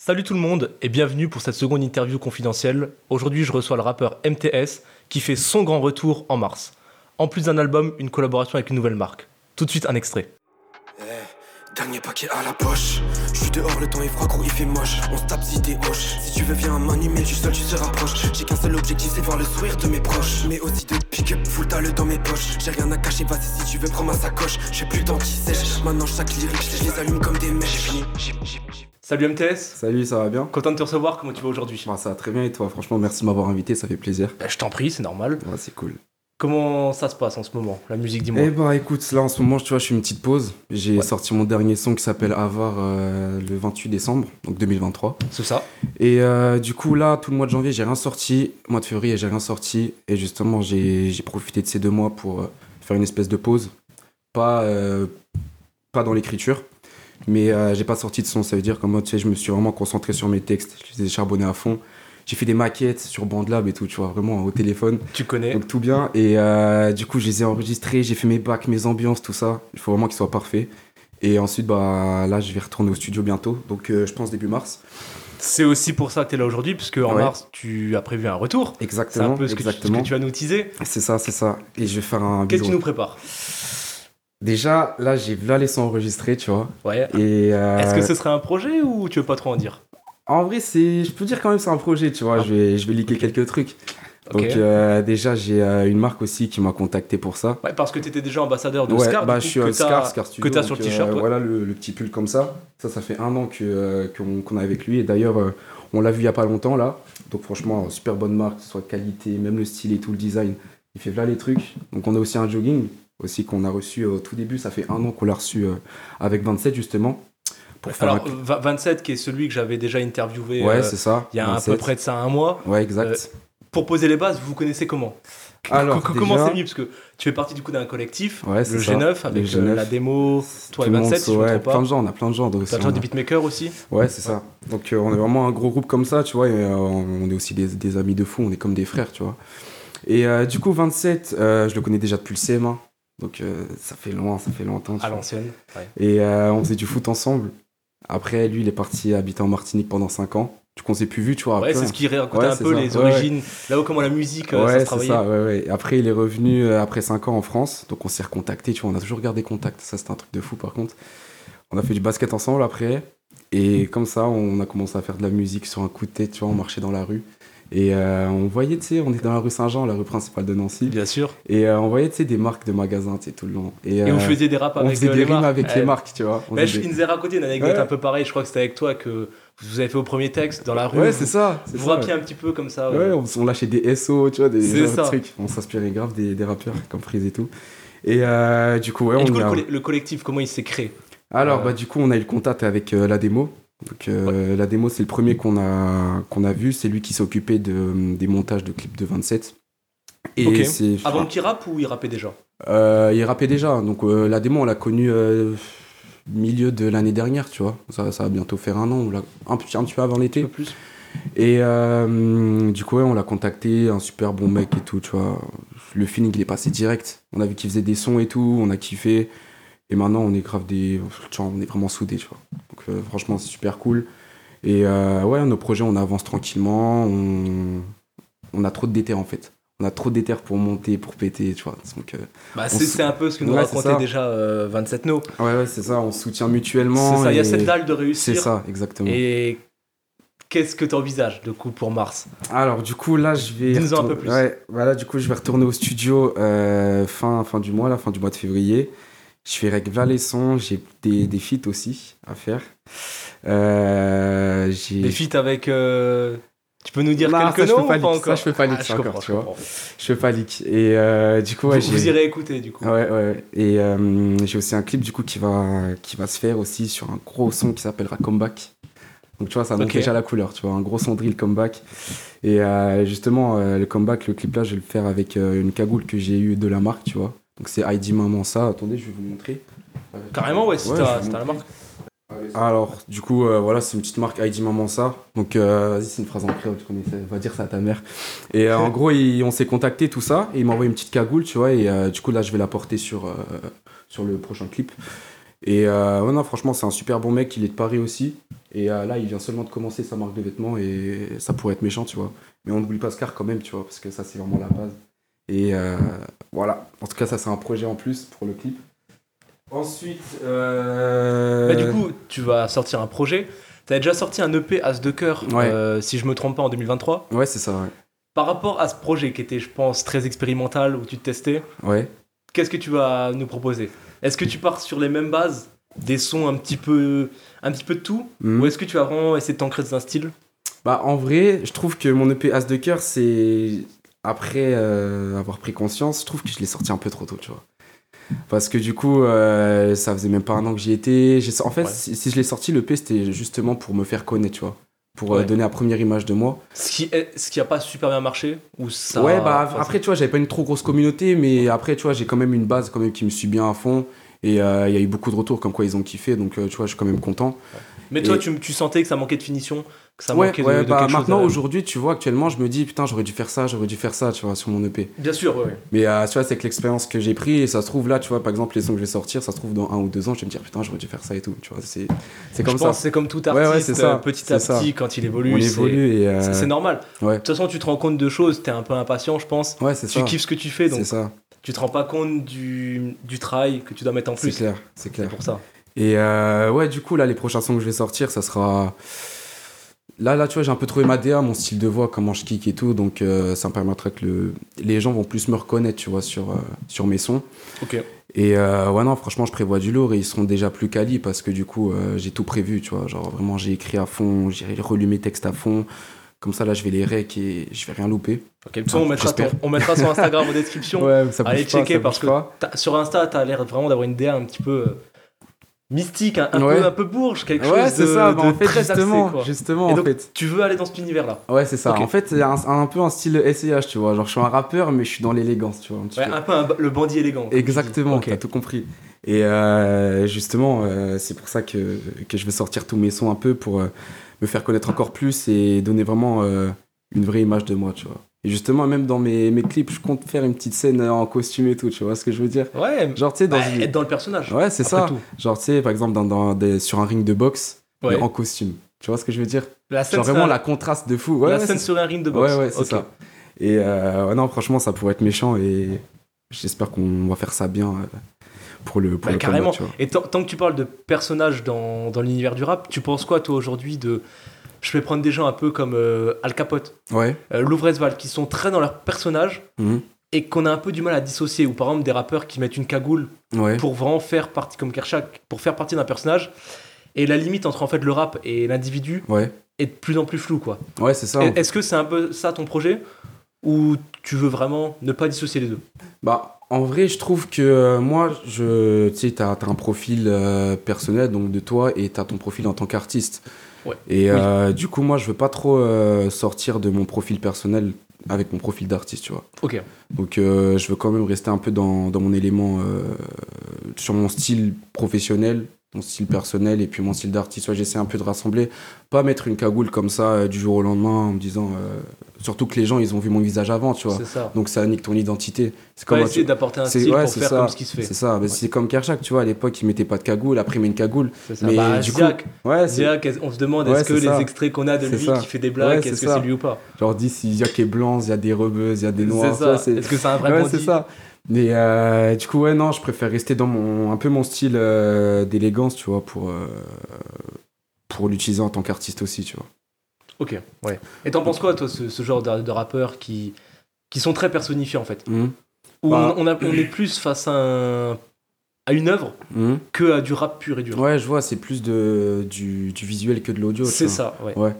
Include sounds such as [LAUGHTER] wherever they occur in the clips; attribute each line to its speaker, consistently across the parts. Speaker 1: Salut tout le monde et bienvenue pour cette seconde interview confidentielle. Aujourd'hui, je reçois le rappeur MTS qui fait son grand retour en mars. En plus d'un album, une collaboration avec une nouvelle marque. Tout de suite, un extrait.
Speaker 2: Dernier paquet à la poche. Je suis dehors, le temps est froid, gros, il fait moche. On se tape si t'es hoche. Si tu veux, viens à main nue, mais du sol, tu te rapproches. J'ai qu'un seul objectif, c'est voir le sourire de mes proches. Mais aussi de pick-up, full talent dans mes poches. J'ai rien à cacher, vas-y, si tu veux, prends ma sacoche. J'ai plus d'anti sèche. Maintenant, chaque lyrique, je les allume comme des mèches.
Speaker 1: Salut MTS
Speaker 3: Salut, ça va bien
Speaker 1: Content de te recevoir, comment tu vas aujourd'hui
Speaker 3: Bah, Ça va très bien et toi Franchement, merci de m'avoir invité, ça fait plaisir.
Speaker 1: Bah, Je t'en prie, c'est normal.
Speaker 3: Ouais, c'est cool.
Speaker 1: Comment ça se passe en ce moment La musique, dis-moi.
Speaker 3: Eh bah écoute, là en ce moment, tu vois, je suis une petite pause. J'ai
Speaker 1: Ouais.
Speaker 3: sorti mon dernier son qui s'appelle Avar euh, le 28 décembre, donc 2023.
Speaker 1: C'est ça
Speaker 3: Et euh, du coup, là, tout le mois de janvier, j'ai rien sorti. Mois de février, j'ai rien sorti. Et justement, j'ai j'ai profité de ces deux mois pour euh, faire une espèce de pause. Pas, euh, pas dans l'écriture, mais euh, j'ai pas sorti de son. Ça veut dire qu'en mode, tu sais, je me suis vraiment concentré sur mes textes. Je les ai charbonnés à fond. J'ai fait des maquettes sur Bandlab et tout, tu vois, vraiment au téléphone.
Speaker 1: Tu connais.
Speaker 3: Donc tout bien. Et euh, du coup, je les ai enregistrés, j'ai fait mes bacs, mes ambiances, tout ça. Il faut vraiment qu'ils soient parfaits. Et ensuite, bah, là, je vais retourner au studio bientôt. Donc euh, je pense début mars.
Speaker 1: C'est aussi pour ça que t'es là aujourd'hui, puisque en
Speaker 3: Ouais.
Speaker 1: mars, tu as prévu un retour. C'est
Speaker 3: Exactement.
Speaker 1: un peu ce que, tu, ce
Speaker 3: exactement.
Speaker 1: que tu as nous teaser.
Speaker 3: C'est ça, c'est ça. Et je vais faire un
Speaker 1: Qu'est-ce que tu
Speaker 3: bisou.
Speaker 1: nous prépares
Speaker 3: Déjà, là, j'ai là les sons enregistrés, tu vois.
Speaker 1: Ouais.
Speaker 3: Et euh,
Speaker 1: Est-ce que ce serait un projet ou tu veux pas trop en dire
Speaker 3: en vrai, c'est, je peux dire quand même, c'est un projet, tu vois.
Speaker 1: Ah.
Speaker 3: Je vais, je vais liker quelques trucs.
Speaker 1: Ok.
Speaker 3: Donc euh, déjà, j'ai euh, une marque aussi qui m'a contacté pour ça.
Speaker 1: Ouais, parce que t'étais déjà ambassadeur de
Speaker 3: ouais,
Speaker 1: Scar, du
Speaker 3: bah,
Speaker 1: coup,
Speaker 3: je suis
Speaker 1: que
Speaker 3: euh,
Speaker 1: t'as-
Speaker 3: Scar, Scar Studio,
Speaker 1: que t'as sur
Speaker 3: donc,
Speaker 1: le t-shirt,
Speaker 3: euh,
Speaker 1: ouais.
Speaker 3: Voilà le, le petit pull comme ça. Ça, ça fait un an que, euh, qu'on, qu'on est avec lui. Et d'ailleurs, euh, on l'a vu il n'y a pas longtemps là. Donc franchement, euh, super bonne marque, que ce soit qualité, même le style et tout le design. Il fait là les trucs. Donc on a aussi un jogging aussi qu'on a reçu euh, au tout début. Ça fait un an qu'on l'a reçu euh, avec 27 justement. Pour faire
Speaker 1: Alors, va- 27, qui est celui que j'avais déjà interviewé
Speaker 3: un... Ouais,
Speaker 1: euh,
Speaker 3: c'est ça.
Speaker 1: il y a à
Speaker 3: 27.
Speaker 1: peu près de euh, ça un mois.
Speaker 3: Ouais, exact.
Speaker 1: Pour poser les bases, vous vous connaissez comment
Speaker 3: Alors,
Speaker 1: Co- co- Comment
Speaker 3: déjà-
Speaker 1: c'est venu Parce que tu fais partie du coup d'un collectif,
Speaker 3: Ouais, c'est
Speaker 1: le
Speaker 3: ça,
Speaker 1: G9, avec
Speaker 3: le G9.
Speaker 1: euh, la démo, toi et
Speaker 3: Tout le monde
Speaker 1: 27, si je
Speaker 3: se-
Speaker 1: me
Speaker 3: ouais,
Speaker 1: trompe
Speaker 3: plein
Speaker 1: pas.
Speaker 3: de gens, on a plein de gens. donc
Speaker 1: T'as
Speaker 3: c'est-
Speaker 1: toi
Speaker 3: on a-
Speaker 1: des beatmakers aussi
Speaker 3: Ouais, c'est
Speaker 1: Ouais.
Speaker 3: ça. Donc euh, on est vraiment un gros groupe comme ça, tu vois, et euh, on est aussi des, des amis de fou, on est comme des frères, tu vois. Et euh, du coup, 27, euh, je le connais déjà depuis le CM1, donc euh, ça fait loin, ça fait longtemps. tu
Speaker 1: à
Speaker 3: vois.
Speaker 1: l'ancienne. ouais.
Speaker 3: Et euh, on faisait du foot ensemble. Après, lui, il est parti habiter en Martinique pendant 5 ans. Du coup, on s'est plus vu, tu vois.
Speaker 1: Ouais,
Speaker 3: après.
Speaker 1: c'est ce qui racontait
Speaker 3: Ouais,
Speaker 1: un
Speaker 3: c'est
Speaker 1: peu
Speaker 3: ça.
Speaker 1: les
Speaker 3: Ouais,
Speaker 1: origines, là où comment la musique euh, ça
Speaker 3: Ouais,
Speaker 1: se
Speaker 3: c'est
Speaker 1: travaillait.
Speaker 3: ça, ouais, ouais. Et Après, il est revenu euh, après 5 ans en France, donc on s'est recontacté, tu vois, on a toujours gardé contact. Ça, c'est un truc de fou, par contre. On a fait du basket ensemble après, et comme ça, on a commencé à faire de la musique sur un coup de tête, tu vois, on marchait dans la rue. Et euh, on voyait, tu sais, on était dans la rue Saint-Jean, la rue principale de Nancy,
Speaker 1: Bien sûr.
Speaker 3: et euh, on voyait, tu sais, des marques de magasins, tu sais, tout le long. Et,
Speaker 1: Et
Speaker 3: euh,
Speaker 1: vous faisiez des raps
Speaker 3: on
Speaker 1: avec
Speaker 3: faisait
Speaker 1: euh,
Speaker 3: des
Speaker 1: les
Speaker 3: rimes
Speaker 1: marques.
Speaker 3: avec
Speaker 1: Ouais.
Speaker 3: les marques, tu vois. On
Speaker 1: Ben,
Speaker 3: faisait
Speaker 1: je-
Speaker 3: des-
Speaker 1: il nous a raconté une anecdote
Speaker 3: Ouais.
Speaker 1: un peu pareille, je crois que c'était avec toi que vous avez fait vos premiers textes dans la rue.
Speaker 3: Ouais, c'est ça. c'est
Speaker 1: vous
Speaker 3: ça,
Speaker 1: rappiez un petit peu comme ça. euh,
Speaker 3: Ouais, on, on lâchait des SO, tu vois, des
Speaker 1: Ah C'est
Speaker 3: genre de
Speaker 1: ça.
Speaker 3: trucs. On s'inspirait grave des, des rappeurs comme Freeze et tout. Et euh, du coup, ouais,
Speaker 1: Et
Speaker 3: on
Speaker 1: du coup,
Speaker 3: y
Speaker 1: le,
Speaker 3: a-
Speaker 1: colle- le collectif, comment il s'est créé
Speaker 3: Alors,
Speaker 1: Euh,
Speaker 3: bah, du coup, on a eu le contact avec euh, la démo. Donc, euh, la démo, c'est le premier qu'on a, qu'on a vu. C'est lui qui s'occupait de, des montages de clips de 27. Et
Speaker 1: Ok. Ah
Speaker 3: c'est.
Speaker 1: Avant qu'il rappe ou il rappait déjà
Speaker 3: Euh, il rappait déjà. Donc, euh, la démo, on l'a connue euh, milieu de l'année dernière, tu vois. Ça, ça va bientôt faire un an. On l'a un, petit- un petit peu avant l'été.
Speaker 1: plus.
Speaker 3: Et euh, du coup, ouais, on l'a contacté, un super bon mec et tout, tu vois. Le feeling, il est passé direct. On a vu qu'il faisait des sons et tout, on a kiffé. Et maintenant, on est grave des. Tu vois, on est vraiment soudés, tu vois. Donc, euh, franchement, c'est super cool. Et euh, ouais, nos projets, on avance tranquillement. On, on a trop de déter, en fait. On a trop de déter pour monter, pour péter, tu vois. Donc, euh,
Speaker 1: Bah,
Speaker 3: On
Speaker 1: c'est
Speaker 3: se-
Speaker 1: c'est un peu ce que nous
Speaker 3: Ouais, c'est
Speaker 1: racontait
Speaker 3: ça.
Speaker 1: déjà euh, 27 No.
Speaker 3: ouais, ouais, c'est ça, on se soutient mutuellement.
Speaker 1: C'est ça, il y a
Speaker 3: et-
Speaker 1: cette dalle de
Speaker 3: C'est
Speaker 1: réussir.
Speaker 3: ça, exactement.
Speaker 1: Et qu'est-ce que tu envisages de coup pour Mars
Speaker 3: Alors du coup là je vais
Speaker 1: Dis-nous-en un peu
Speaker 3: retour-
Speaker 1: plus.
Speaker 3: ouais, voilà du coup je vais retourner au studio euh, fin fin du mois la fin du mois de février. Je fais régler les sons, j'ai des des feats aussi à faire. Euh, j'ai
Speaker 1: Les feats avec. euh, Tu peux nous dire
Speaker 3: Non,
Speaker 1: quelques
Speaker 3: Bah, ça, je
Speaker 1: noms
Speaker 3: peux pas
Speaker 1: ou
Speaker 3: le-
Speaker 1: pas
Speaker 3: ça,
Speaker 1: encore
Speaker 3: je peux pas le
Speaker 1: Ah,
Speaker 3: dire
Speaker 1: je
Speaker 3: encore,
Speaker 1: comprends,
Speaker 3: tu
Speaker 1: je
Speaker 3: vois.
Speaker 1: comprends.
Speaker 3: je fais pas leak et euh, du coup ouais,
Speaker 1: Vous,
Speaker 3: j'ai-
Speaker 1: vous irez écouter du coup.
Speaker 3: Ouais, ouais, ouais. Et euh, j'ai aussi un clip du coup qui va, qui va se faire aussi sur un gros son qui s'appellera Comeback. Donc tu vois, ça montre
Speaker 1: Ok.
Speaker 3: déjà la couleur, tu vois, un gros son drill comeback. Et euh, justement, euh, le comeback, le clip là, je vais le faire avec euh, une cagoule que j'ai eue de la marque, tu vois. Donc c'est ID Maman ça. Attendez, je vais vous montrer. Euh,
Speaker 1: Carrément, ouais, si
Speaker 3: Ouais, je
Speaker 1: t'as
Speaker 3: vais
Speaker 1: si t'as la marque.
Speaker 3: Alors, du coup, euh, voilà, c'est une petite marque ID Maman ça. Donc, euh, vas-y, c'est une phrase en créole, tu connais, ça, va dire ça à ta mère. Et euh, en gros, il- on s'est contacté, tout ça, et il m'a envoyé une petite cagoule, tu vois, et euh, du coup, là, je vais la porter sur, euh, sur le prochain clip. Et euh, ouais, non, franchement, c'est un super bon mec, il est de Paris aussi. Et euh, là, il vient seulement de commencer sa marque de vêtements et ça pourrait être méchant, tu vois. Mais on n'oublie pas Scar quand même, tu vois, parce que ça, c'est vraiment la base. Et euh, voilà, en tout cas, ça, c'est un projet en plus pour le clip. Ensuite, euh...
Speaker 1: Bah, du coup, tu vas sortir un projet. Tu as déjà sorti un EP As de cœur,
Speaker 3: Ouais.
Speaker 1: euh, si je me trompe pas, en 2023.
Speaker 3: ouais, c'est ça,
Speaker 1: Par rapport à ce projet qui était, je pense, très expérimental, où tu te testais,
Speaker 3: ouais. ouais.
Speaker 1: qu'est-ce que tu vas nous proposer Est-ce que tu pars sur les mêmes bases Des sons un petit peu, un petit peu de tout
Speaker 3: Mhm.
Speaker 1: Ou est-ce que tu vas vraiment essayer de t'ancrer dans un style
Speaker 3: Bah, en vrai, je trouve que mon EP As de cœur, c'est. Après euh, avoir pris conscience, je trouve que je l'ai sorti un peu trop tôt, tu vois. Parce que du coup, euh, ça faisait même pas un an que j'y étais. J'ai- En fait,
Speaker 1: Ouais.
Speaker 3: si, si je l'ai sorti, l'EP, c'était justement pour me faire connaître, tu vois. Pour euh,
Speaker 1: Ouais.
Speaker 3: donner la première image de moi.
Speaker 1: Ce qui, est, ce qui a pas super bien marché ou ça
Speaker 3: ouais, bah
Speaker 1: enfin,
Speaker 3: après, tu vois, j'avais pas une trop grosse communauté, mais après, tu vois, j'ai quand même une base quand même qui me suit bien à fond. Et euh, il y a eu beaucoup de retours comme quoi ils ont kiffé, donc euh, tu vois, je suis quand même content.
Speaker 1: Mais toi,
Speaker 3: et-
Speaker 1: tu, tu sentais que ça manquait de finition, que ça
Speaker 3: ouais,
Speaker 1: manquait de,
Speaker 3: ouais,
Speaker 1: de
Speaker 3: bah
Speaker 1: quelque
Speaker 3: maintenant,
Speaker 1: chose. euh,
Speaker 3: aujourd'hui, tu vois, actuellement, je me dis, putain, j'aurais dû faire ça, j'aurais dû faire ça, tu vois, sur mon EP.
Speaker 1: Bien sûr, ouais, ouais.
Speaker 3: Mais euh, tu vois, c'est que l'expérience que j'ai pris, et ça se trouve là, tu vois, par exemple, les sons que je vais sortir, ça se trouve dans un ou deux ans, je vais me dire putain, j'aurais dû faire ça et tout. Tu vois, c'est c'est comme
Speaker 1: je
Speaker 3: ça.
Speaker 1: pense que c'est comme tout
Speaker 3: ouais,
Speaker 1: artiste,
Speaker 3: c'est ça,
Speaker 1: euh, petit
Speaker 3: c'est
Speaker 1: à
Speaker 3: ça.
Speaker 1: petit, quand il
Speaker 3: On
Speaker 1: évolue, c'est-
Speaker 3: évolue et. euh,
Speaker 1: c'est c'est normal.
Speaker 3: ouais.
Speaker 1: De toute façon, tu te rends compte de choses, t'es un peu impatient, je pense.
Speaker 3: Ouais, c'est
Speaker 1: Tu
Speaker 3: ça.
Speaker 1: kiffes ce que tu fais,
Speaker 3: C'est
Speaker 1: donc
Speaker 3: ça,
Speaker 1: tu te rends pas compte du, du travail que tu dois mettre en
Speaker 3: c'est
Speaker 1: plus.
Speaker 3: clair, c'est
Speaker 1: C'est
Speaker 3: clair.
Speaker 1: pour ça.
Speaker 3: Et euh, ouais, du coup, là, les prochains sons que je vais sortir, ça sera. Là, là, tu vois, j'ai un peu trouvé ma DA, mon style de voix, comment je kick et tout, donc euh, ça me permettra que le... les gens vont plus me reconnaître, tu vois, sur, euh, sur mes sons.
Speaker 1: Ok.
Speaker 3: Et euh, ouais, non, franchement, je prévois du lourd et ils seront déjà plus quali parce que du coup, euh, j'ai tout prévu, tu vois. Genre, vraiment, j'ai écrit à fond, j'ai relu mes textes à fond. Comme ça, là, je vais les rec et je vais rien louper.
Speaker 1: Ok, de toute façon, on mettra,
Speaker 3: J'espère.
Speaker 1: ton- on mettra son
Speaker 3: [LAUGHS]
Speaker 1: Instagram en description.
Speaker 3: Ouais, ça
Speaker 1: Allez checker parce que t'as- sur Insta, t'as l'air vraiment d'avoir une DA un petit peu euh, mystique, un, un
Speaker 3: Ouais.
Speaker 1: peu, un peu bourge, quelque
Speaker 3: Ouais,
Speaker 1: chose
Speaker 3: c'est
Speaker 1: de,
Speaker 3: ça, bah,
Speaker 1: de
Speaker 3: en fait,
Speaker 1: très axé,
Speaker 3: justement,
Speaker 1: quoi.
Speaker 3: justement,
Speaker 1: Et
Speaker 3: en
Speaker 1: donc,
Speaker 3: fait.
Speaker 1: Tu veux aller dans cet univers-là
Speaker 3: Ouais, c'est ça.
Speaker 1: Ok.
Speaker 3: En fait, c'est un, un peu un style SEH, tu vois. Genre, je suis un rappeur, mais je suis dans l'élégance, tu vois. un petit
Speaker 1: Ouais,
Speaker 3: peu.
Speaker 1: un peu un ba- le bandit élégant. comme tu dis.
Speaker 3: Exactement,
Speaker 1: Ok.
Speaker 3: t'as tout compris. Et euh, justement, euh, c'est pour ça que, que je vais sortir tous mes sons un peu pour euh, me faire connaître encore plus et donner vraiment euh, une vraie image de moi, tu vois. Et justement, même dans mes, mes clips, je compte faire une petite scène en costume et tout, tu vois ce que je veux dire
Speaker 1: Ouais,
Speaker 3: Genre, tu sais, dans
Speaker 1: bah,
Speaker 3: une-
Speaker 1: être dans le personnage.
Speaker 3: Ouais, c'est ça.
Speaker 1: Après tout.
Speaker 3: Genre, tu sais, par exemple, dans, dans des- sur un ring de boxe, mais
Speaker 1: Ouais.
Speaker 3: en costume. Tu vois ce que je veux dire
Speaker 1: La scène,
Speaker 3: Genre, vraiment
Speaker 1: serait-
Speaker 3: la contraste de fou. Ouais,
Speaker 1: euh, la
Speaker 3: ouais,
Speaker 1: scène
Speaker 3: c'est-
Speaker 1: serait un ring de boxe.
Speaker 3: Ouais, ouais, c'est
Speaker 1: Ok.
Speaker 3: ça. Et euh, ouais, non, franchement, ça pourrait être méchant et j'espère qu'on va faire ça bien euh, pour le
Speaker 1: Bah,
Speaker 3: pour le combat,
Speaker 1: carrément.
Speaker 3: tu vois.
Speaker 1: Et tant, tant que tu parles de personnages dans, dans l'univers du rap, tu penses quoi, toi, aujourd'hui, de. Je vais prendre des gens un peu comme euh, Al Capote,
Speaker 3: Ouais.
Speaker 1: euh, Louvresval, qui sont très dans leur personnage
Speaker 3: Mhm.
Speaker 1: et qu'on a un peu du mal à dissocier. Ou par exemple, des rappeurs qui mettent une cagoule
Speaker 3: Ouais.
Speaker 1: pour vraiment faire partie, comme Kershak, pour faire partie d'un personnage. Et la limite entre en fait le rap et l'individu
Speaker 3: Ouais.
Speaker 1: est de plus en plus floue, quoi.
Speaker 3: Ouais, c'est ça.
Speaker 1: Et- Est-ce que c'est un peu ça ton projet Ou tu veux vraiment ne pas dissocier les deux
Speaker 3: Bah, en vrai, je trouve que euh, moi, je, tu sais, t'as t'as un profil euh, personnel donc de toi et t'as ton profil en tant qu'artiste.
Speaker 1: Ouais.
Speaker 3: Et
Speaker 1: Oui.
Speaker 3: euh, du coup, moi, je veux pas trop euh, sortir de mon profil personnel avec mon profil d'artiste, tu vois.
Speaker 1: Ok.
Speaker 3: Donc, euh, je veux quand même rester un peu dans, dans mon élément, euh, sur mon style professionnel, mon style personnel et puis mon style d'artiste. Ouais, J'essaie un peu de rassembler, pas mettre une cagoule comme ça euh, du jour au lendemain en me disant, euh, surtout que les gens, ils ont vu mon visage avant, tu vois.
Speaker 1: C'est ça.
Speaker 3: Donc ça nique ton identité. C'est
Speaker 1: Pas
Speaker 3: comme
Speaker 1: essayer d'apporter un
Speaker 3: c'est-
Speaker 1: style
Speaker 3: ouais,
Speaker 1: pour
Speaker 3: c'est
Speaker 1: faire
Speaker 3: ça.
Speaker 1: comme ce qui se fait.
Speaker 3: c'est ça, mais c'est comme Kershak, tu vois, à l'époque il mettait pas de cagoule, après il met une cagoule.
Speaker 1: C'est ça.
Speaker 3: Mais
Speaker 1: Bah,
Speaker 3: du
Speaker 1: Ziak,
Speaker 3: Ouais, c'est
Speaker 1: Ziak, est-ce- on se demande
Speaker 3: Ouais,
Speaker 1: est-ce que
Speaker 3: c'est ça.
Speaker 1: les extraits qu'on a de
Speaker 3: C'est
Speaker 1: lui
Speaker 3: ça.
Speaker 1: qui fait des blagues,
Speaker 3: Ouais,
Speaker 1: est-ce
Speaker 3: c'est
Speaker 1: que
Speaker 3: ça.
Speaker 1: c'est lui ou pas
Speaker 3: genre dis s'il y a qui est blanc, il y a des rebeuses, il y a des noirs,
Speaker 1: C'est
Speaker 3: tu vois,
Speaker 1: ça. Est-ce que c'est un vrai
Speaker 3: Ouais,
Speaker 1: bandit
Speaker 3: c'est ça. Mais euh, du coup, ouais, non, je préfère rester dans mon un peu mon style euh, d'élégance, tu vois, pour euh, pour l'utiliser en tant qu'artiste aussi, tu vois.
Speaker 1: Ok, ouais. Et t'en penses quoi, toi, ce, ce genre de, de rappeurs qui, qui sont très personnifiés, en fait
Speaker 3: Hum,
Speaker 1: Où
Speaker 3: Bah.
Speaker 1: on, on a- on
Speaker 3: [CLEARS THROAT]
Speaker 1: est plus face à, un- à une œuvre
Speaker 3: hum.
Speaker 1: que à du rap pur et dur.
Speaker 3: Ouais, je vois, c'est plus de du, du visuel que de l'audio. tu
Speaker 1: c'est
Speaker 3: vois.
Speaker 1: ça, ouais.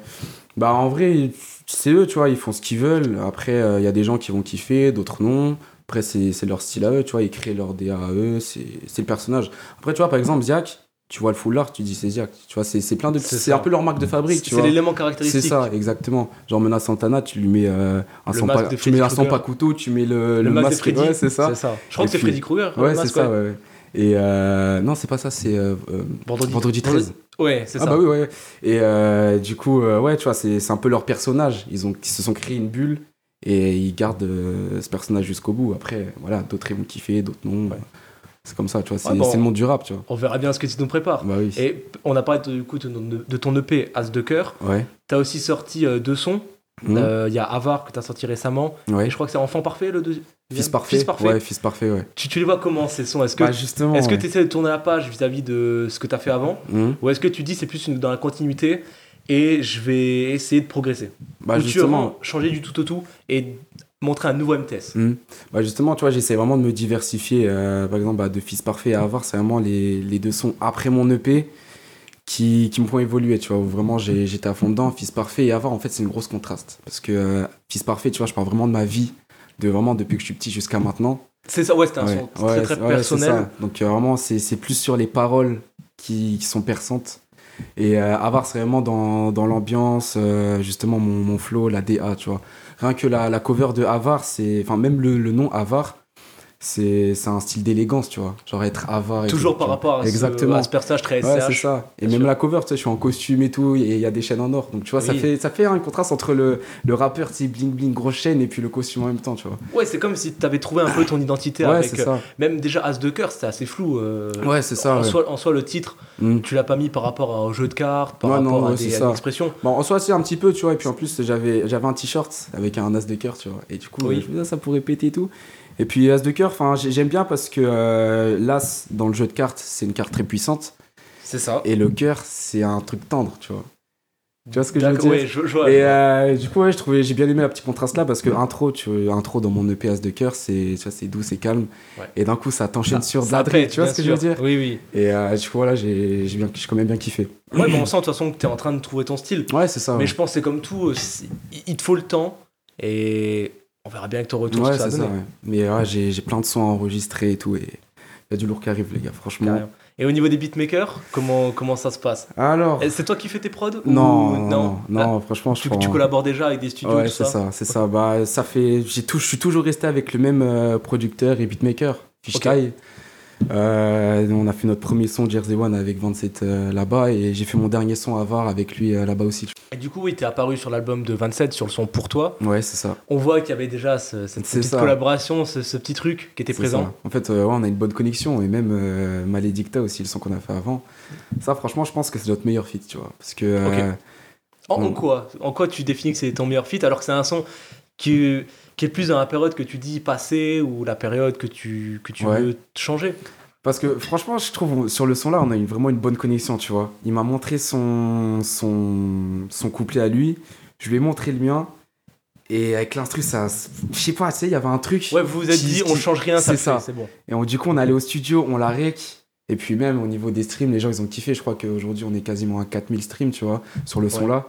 Speaker 3: Bah en vrai, c'est eux, tu vois, ils font ce qu'ils veulent. Après, euh, il y a des gens qui vont kiffer, d'autres non. Après, c'est c'est leur style à eux, tu vois, ils créent leur DA à eux, c'est c'est le personnage. Après, tu vois, par exemple, Ziak, tu vois le foulard, tu dis c'est Ziak. Tu vois, c'est c'est plein de...
Speaker 1: C'est
Speaker 3: C'est
Speaker 1: ça.
Speaker 3: un peu leur marque de fabrique, tu
Speaker 1: C'est
Speaker 3: vois.
Speaker 1: l'élément
Speaker 3: C'est
Speaker 1: caractéristique.
Speaker 3: ça, exactement. Genre Mena Santana, tu lui mets euh, un
Speaker 1: Le
Speaker 3: sans
Speaker 1: masque
Speaker 3: pas-
Speaker 1: de
Speaker 3: tu mets
Speaker 1: Freddy
Speaker 3: un sans
Speaker 1: Krueger.
Speaker 3: pas couteau, tu mets le, le
Speaker 1: masque de
Speaker 3: masque.
Speaker 1: Freddy,
Speaker 3: ouais, c'est ça.
Speaker 1: C'est ça. Je crois
Speaker 3: Et
Speaker 1: que c'est
Speaker 3: puis-
Speaker 1: Freddy Krueger. hein, le
Speaker 3: Ouais, c'est
Speaker 1: masque,
Speaker 3: ça, ouais. ouais. Et euh, non, c'est pas ça, c'est euh, euh,
Speaker 1: Vendredi.
Speaker 3: Vendredi 13.
Speaker 1: Ouais, c'est
Speaker 3: Ah
Speaker 1: ça.
Speaker 3: bah oui, ouais. Et euh, du coup, euh, ouais, tu vois, c'est c'est un peu leur personnage. Ils, ont, ils se sont créés une bulle et ils gardent euh, ce personnage jusqu'au bout. Après, voilà, d'autres ils vont kiffer, d'autres non.
Speaker 1: Ouais.
Speaker 3: C'est comme ça, tu vois. C'est
Speaker 1: Ouais, bon.
Speaker 3: c'est le monde du rap, tu vois.
Speaker 1: On verra bien ce que tu nous prépares.
Speaker 3: Bah oui.
Speaker 1: Et on n'a pas du coup de, de ton EP As de cœur.
Speaker 3: Ouais.
Speaker 1: T'as aussi sorti euh, deux sons. Euh, Il
Speaker 3: Mmh.
Speaker 1: y a Avar que t'as sorti récemment.
Speaker 3: ouais.
Speaker 1: Et je crois que c'est Enfant Parfait le deuxième.
Speaker 3: Fils parfait.
Speaker 1: Fils Parfait.
Speaker 3: Ouais, fils parfait, ouais.
Speaker 1: Tu, tu les vois comment ces sons Est-ce que
Speaker 3: Bah, justement.
Speaker 1: est-ce que
Speaker 3: ouais.
Speaker 1: tu essaies de tourner la page vis-à-vis de ce que t'as fait avant
Speaker 3: Mmh.
Speaker 1: Ou est-ce que tu dis c'est plus une- dans la continuité et je vais essayer de progresser
Speaker 3: Bah,
Speaker 1: Ou tu veux
Speaker 3: justement.
Speaker 1: vraiment changer du tout au tout et montrer un nouveau MTS
Speaker 3: Mm. Bah justement, tu vois, j'essaie vraiment de me diversifier. Euh, par exemple, bah, de Fils Parfait à Avoir, c'est vraiment les, les deux sons après mon EP qui, qui me font évoluer, tu vois. où Vraiment, j'ai- j'étais à fond dedans. Fils Parfait et Avoir, en fait, c'est une grosse contraste. Parce que euh, Fils Parfait, tu vois, je parle vraiment de ma vie, de vraiment depuis que je suis petit jusqu'à maintenant.
Speaker 1: C'est ça, ouais, c'était un
Speaker 3: Ouais,
Speaker 1: son
Speaker 3: ouais,
Speaker 1: très très
Speaker 3: c'est- ouais, c'est
Speaker 1: personnel.
Speaker 3: ça. Donc euh, vraiment, c'est c'est plus sur les paroles qui, qui sont perçantes. Et euh, Avar, c'est vraiment dans, dans l'ambiance, euh, justement, mon, mon flow, la DA, tu vois. Rien que la, la cover de Avar, c'est. Enfin, même le, le nom Avar, c'est c'est un style d'élégance, tu vois. Genre être avare. et
Speaker 1: Toujours
Speaker 3: tout,
Speaker 1: par
Speaker 3: tu vois.
Speaker 1: rapport à, ce-
Speaker 3: Exactement.
Speaker 1: à Ce, personnage très
Speaker 3: Ouais, c'est
Speaker 1: SCH.
Speaker 3: ça. Et
Speaker 1: Bien
Speaker 3: même
Speaker 1: sûr.
Speaker 3: la cover, tu sais, je suis en costume et tout, et il y a des chaînes en or. Donc, tu vois, ça,
Speaker 1: Oui.
Speaker 3: fait, ça fait un contraste entre le, le rappeur, tu sais, bling bling, grosse chaîne, et puis le costume en même temps, tu vois.
Speaker 1: Ouais, c'est comme si t'avais trouvé un peu ton identité
Speaker 3: Ouais,
Speaker 1: avec.
Speaker 3: c'est
Speaker 1: euh,
Speaker 3: ça.
Speaker 1: Même déjà As de cœur, c'était assez flou. euh,
Speaker 3: Ouais, c'est ça.
Speaker 1: en,
Speaker 3: ouais.
Speaker 1: soi, en soi, le titre,
Speaker 3: Mm.
Speaker 1: tu l'as pas mis par rapport à un jeu de cartes, par
Speaker 3: Ouais,
Speaker 1: rapport
Speaker 3: non,
Speaker 1: à,
Speaker 3: ouais,
Speaker 1: des,
Speaker 3: c'est
Speaker 1: à des
Speaker 3: ça.
Speaker 1: expressions.
Speaker 3: Bon, en soi, c'est un petit peu, tu vois. Et puis en plus, j'avais j'avais un t-shirt avec un as de cœur, tu vois. Et du coup,
Speaker 1: Oui.
Speaker 3: euh, je me disais, ah, ça pourrait péter et tout. Et puis, as de cœur, enfin, j'ai- j'aime bien parce que euh, l'as, dans le jeu de cartes, c'est une carte très puissante.
Speaker 1: C'est ça.
Speaker 3: Et le cœur, c'est un truc tendre, tu vois. Tu vois ce que je veux
Speaker 1: D'accord,
Speaker 3: dire
Speaker 1: ouais, je, je vois.
Speaker 3: Et euh, du coup, ouais, je trouvais, j'ai bien aimé la petite contraste là parce que intro, tu vois, intro dans mon EP As de cœur, c'est, tu vois, c'est doux, c'est calme.
Speaker 1: Ouais.
Speaker 3: Et d'un coup, ça t'enchaîne sur de
Speaker 1: Ça
Speaker 3: la drill,
Speaker 1: pète,
Speaker 3: tu vois
Speaker 1: bien
Speaker 3: ce que je
Speaker 1: sûr.
Speaker 3: veux dire
Speaker 1: Oui, oui.
Speaker 3: Et euh, du coup, voilà, j'ai, j'ai bien, j'ai quand même bien kiffé.
Speaker 1: Ouais,
Speaker 3: [CLEARS THROAT]
Speaker 1: bon, on sent de toute façon que t'es en train de trouver ton style.
Speaker 3: Ouais, c'est ça. ouais.
Speaker 1: Mais je pense que c'est comme tout, euh, c'est- il il te faut le temps et on verra bien avec ton retour ce
Speaker 3: Ouais,
Speaker 1: que ça
Speaker 3: c'est
Speaker 1: va
Speaker 3: ça.
Speaker 1: donner.
Speaker 3: ouais. Mais ouais, j'ai j'ai plein de sons à enregistrer et tout. Et il y a du lourd qui arrive, les gars, franchement.
Speaker 1: Carrément. Et au niveau des beatmakers, comment, comment ça se passe
Speaker 3: Alors.
Speaker 1: Et C'est toi qui fais tes prods ou-
Speaker 3: Oh. Non, non, non,
Speaker 1: Ah,
Speaker 3: non, franchement, je
Speaker 1: tu,
Speaker 3: prends-
Speaker 1: tu collabores déjà avec des studios
Speaker 3: Ouais,
Speaker 1: tout
Speaker 3: c'est
Speaker 1: ça.
Speaker 3: ça, c'est ça. Bah, ça fait. j'ai tout- Je suis toujours resté avec le même euh, producteur et beatmaker, Fishkai. Euh, on a fait notre premier son Jersey One avec 27 euh, là-bas et j'ai fait mon dernier son Avar avec lui euh, là-bas aussi.
Speaker 1: Et du coup, oui, t'es apparu sur l'album de 27, sur le son Pour Toi.
Speaker 3: Ouais, c'est ça.
Speaker 1: On voit qu'il y avait déjà ce- cette
Speaker 3: C'est
Speaker 1: petite
Speaker 3: ça.
Speaker 1: collaboration, ce, ce petit truc qui était
Speaker 3: C'est
Speaker 1: présent.
Speaker 3: ça. En fait, euh, ouais, on a une bonne connexion et même euh, Maledicta aussi, le son qu'on a fait avant. Ça, franchement, je pense que c'est notre meilleur feat, tu vois. Parce que. euh,
Speaker 1: En, en
Speaker 3: Mm.
Speaker 1: quoi En quoi tu définis que c'est ton meilleur fit alors que c'est un son qui, qui est plus dans la période que tu dis passée ou la période que tu, que tu
Speaker 3: Ouais.
Speaker 1: veux changer
Speaker 3: Parce que franchement, je trouve sur le son là, on a eu vraiment une bonne connexion, tu vois. Il m'a montré son, son, son couplet à lui, je lui ai montré le mien, et avec l'instru, ça. Je sais pas, tu sais, il y avait un truc.
Speaker 1: Ouais, vous vous êtes
Speaker 3: Qui-
Speaker 1: dit,
Speaker 3: qui-
Speaker 1: on change rien, ça
Speaker 3: c'est
Speaker 1: le
Speaker 3: ça.
Speaker 1: fait, c'est bon.
Speaker 3: Et on, du coup, on est allé au studio, on l'a rec. Et puis même au niveau des streams, les gens ils ont kiffé. Je crois qu'aujourd'hui, on est quasiment à 4000 streams, tu vois, sur le son là.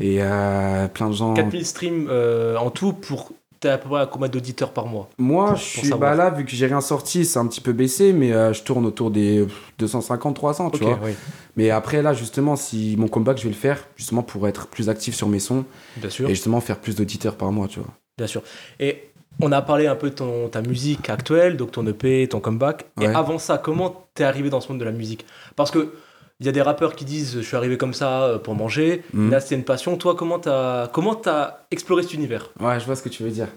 Speaker 3: Et euh, plein de gens.
Speaker 1: 4000 streams euh, en tout pour. T'es à peu près à combien d'auditeurs par mois
Speaker 3: Moi,
Speaker 1: pour-
Speaker 3: je
Speaker 1: pour
Speaker 3: suis.
Speaker 1: savoir.
Speaker 3: Bah là, vu que j'ai rien sorti, c'est un petit peu baissé, mais euh, je tourne autour des 250-300, tu
Speaker 1: Ok,
Speaker 3: vois.
Speaker 1: oui,
Speaker 3: Mais après, là, justement, si mon comeback, je vais le faire, justement, pour être plus actif sur mes sons
Speaker 1: bien sûr.
Speaker 3: et justement faire plus d'auditeurs par mois, tu vois.
Speaker 1: Bien sûr. Et on a parlé un peu de ton, ta musique actuelle, donc ton EP, ton comeback. Et
Speaker 3: Ouais.
Speaker 1: avant ça, comment t'es arrivé dans ce monde de la musique Parce que il y a des rappeurs qui disent je suis arrivé comme ça euh, pour manger.
Speaker 3: Mhm.
Speaker 1: Là, c'était une passion. Toi, comment t'as comment t'as exploré cet univers
Speaker 3: Hmm. Ouais, je vois ce que tu veux dire.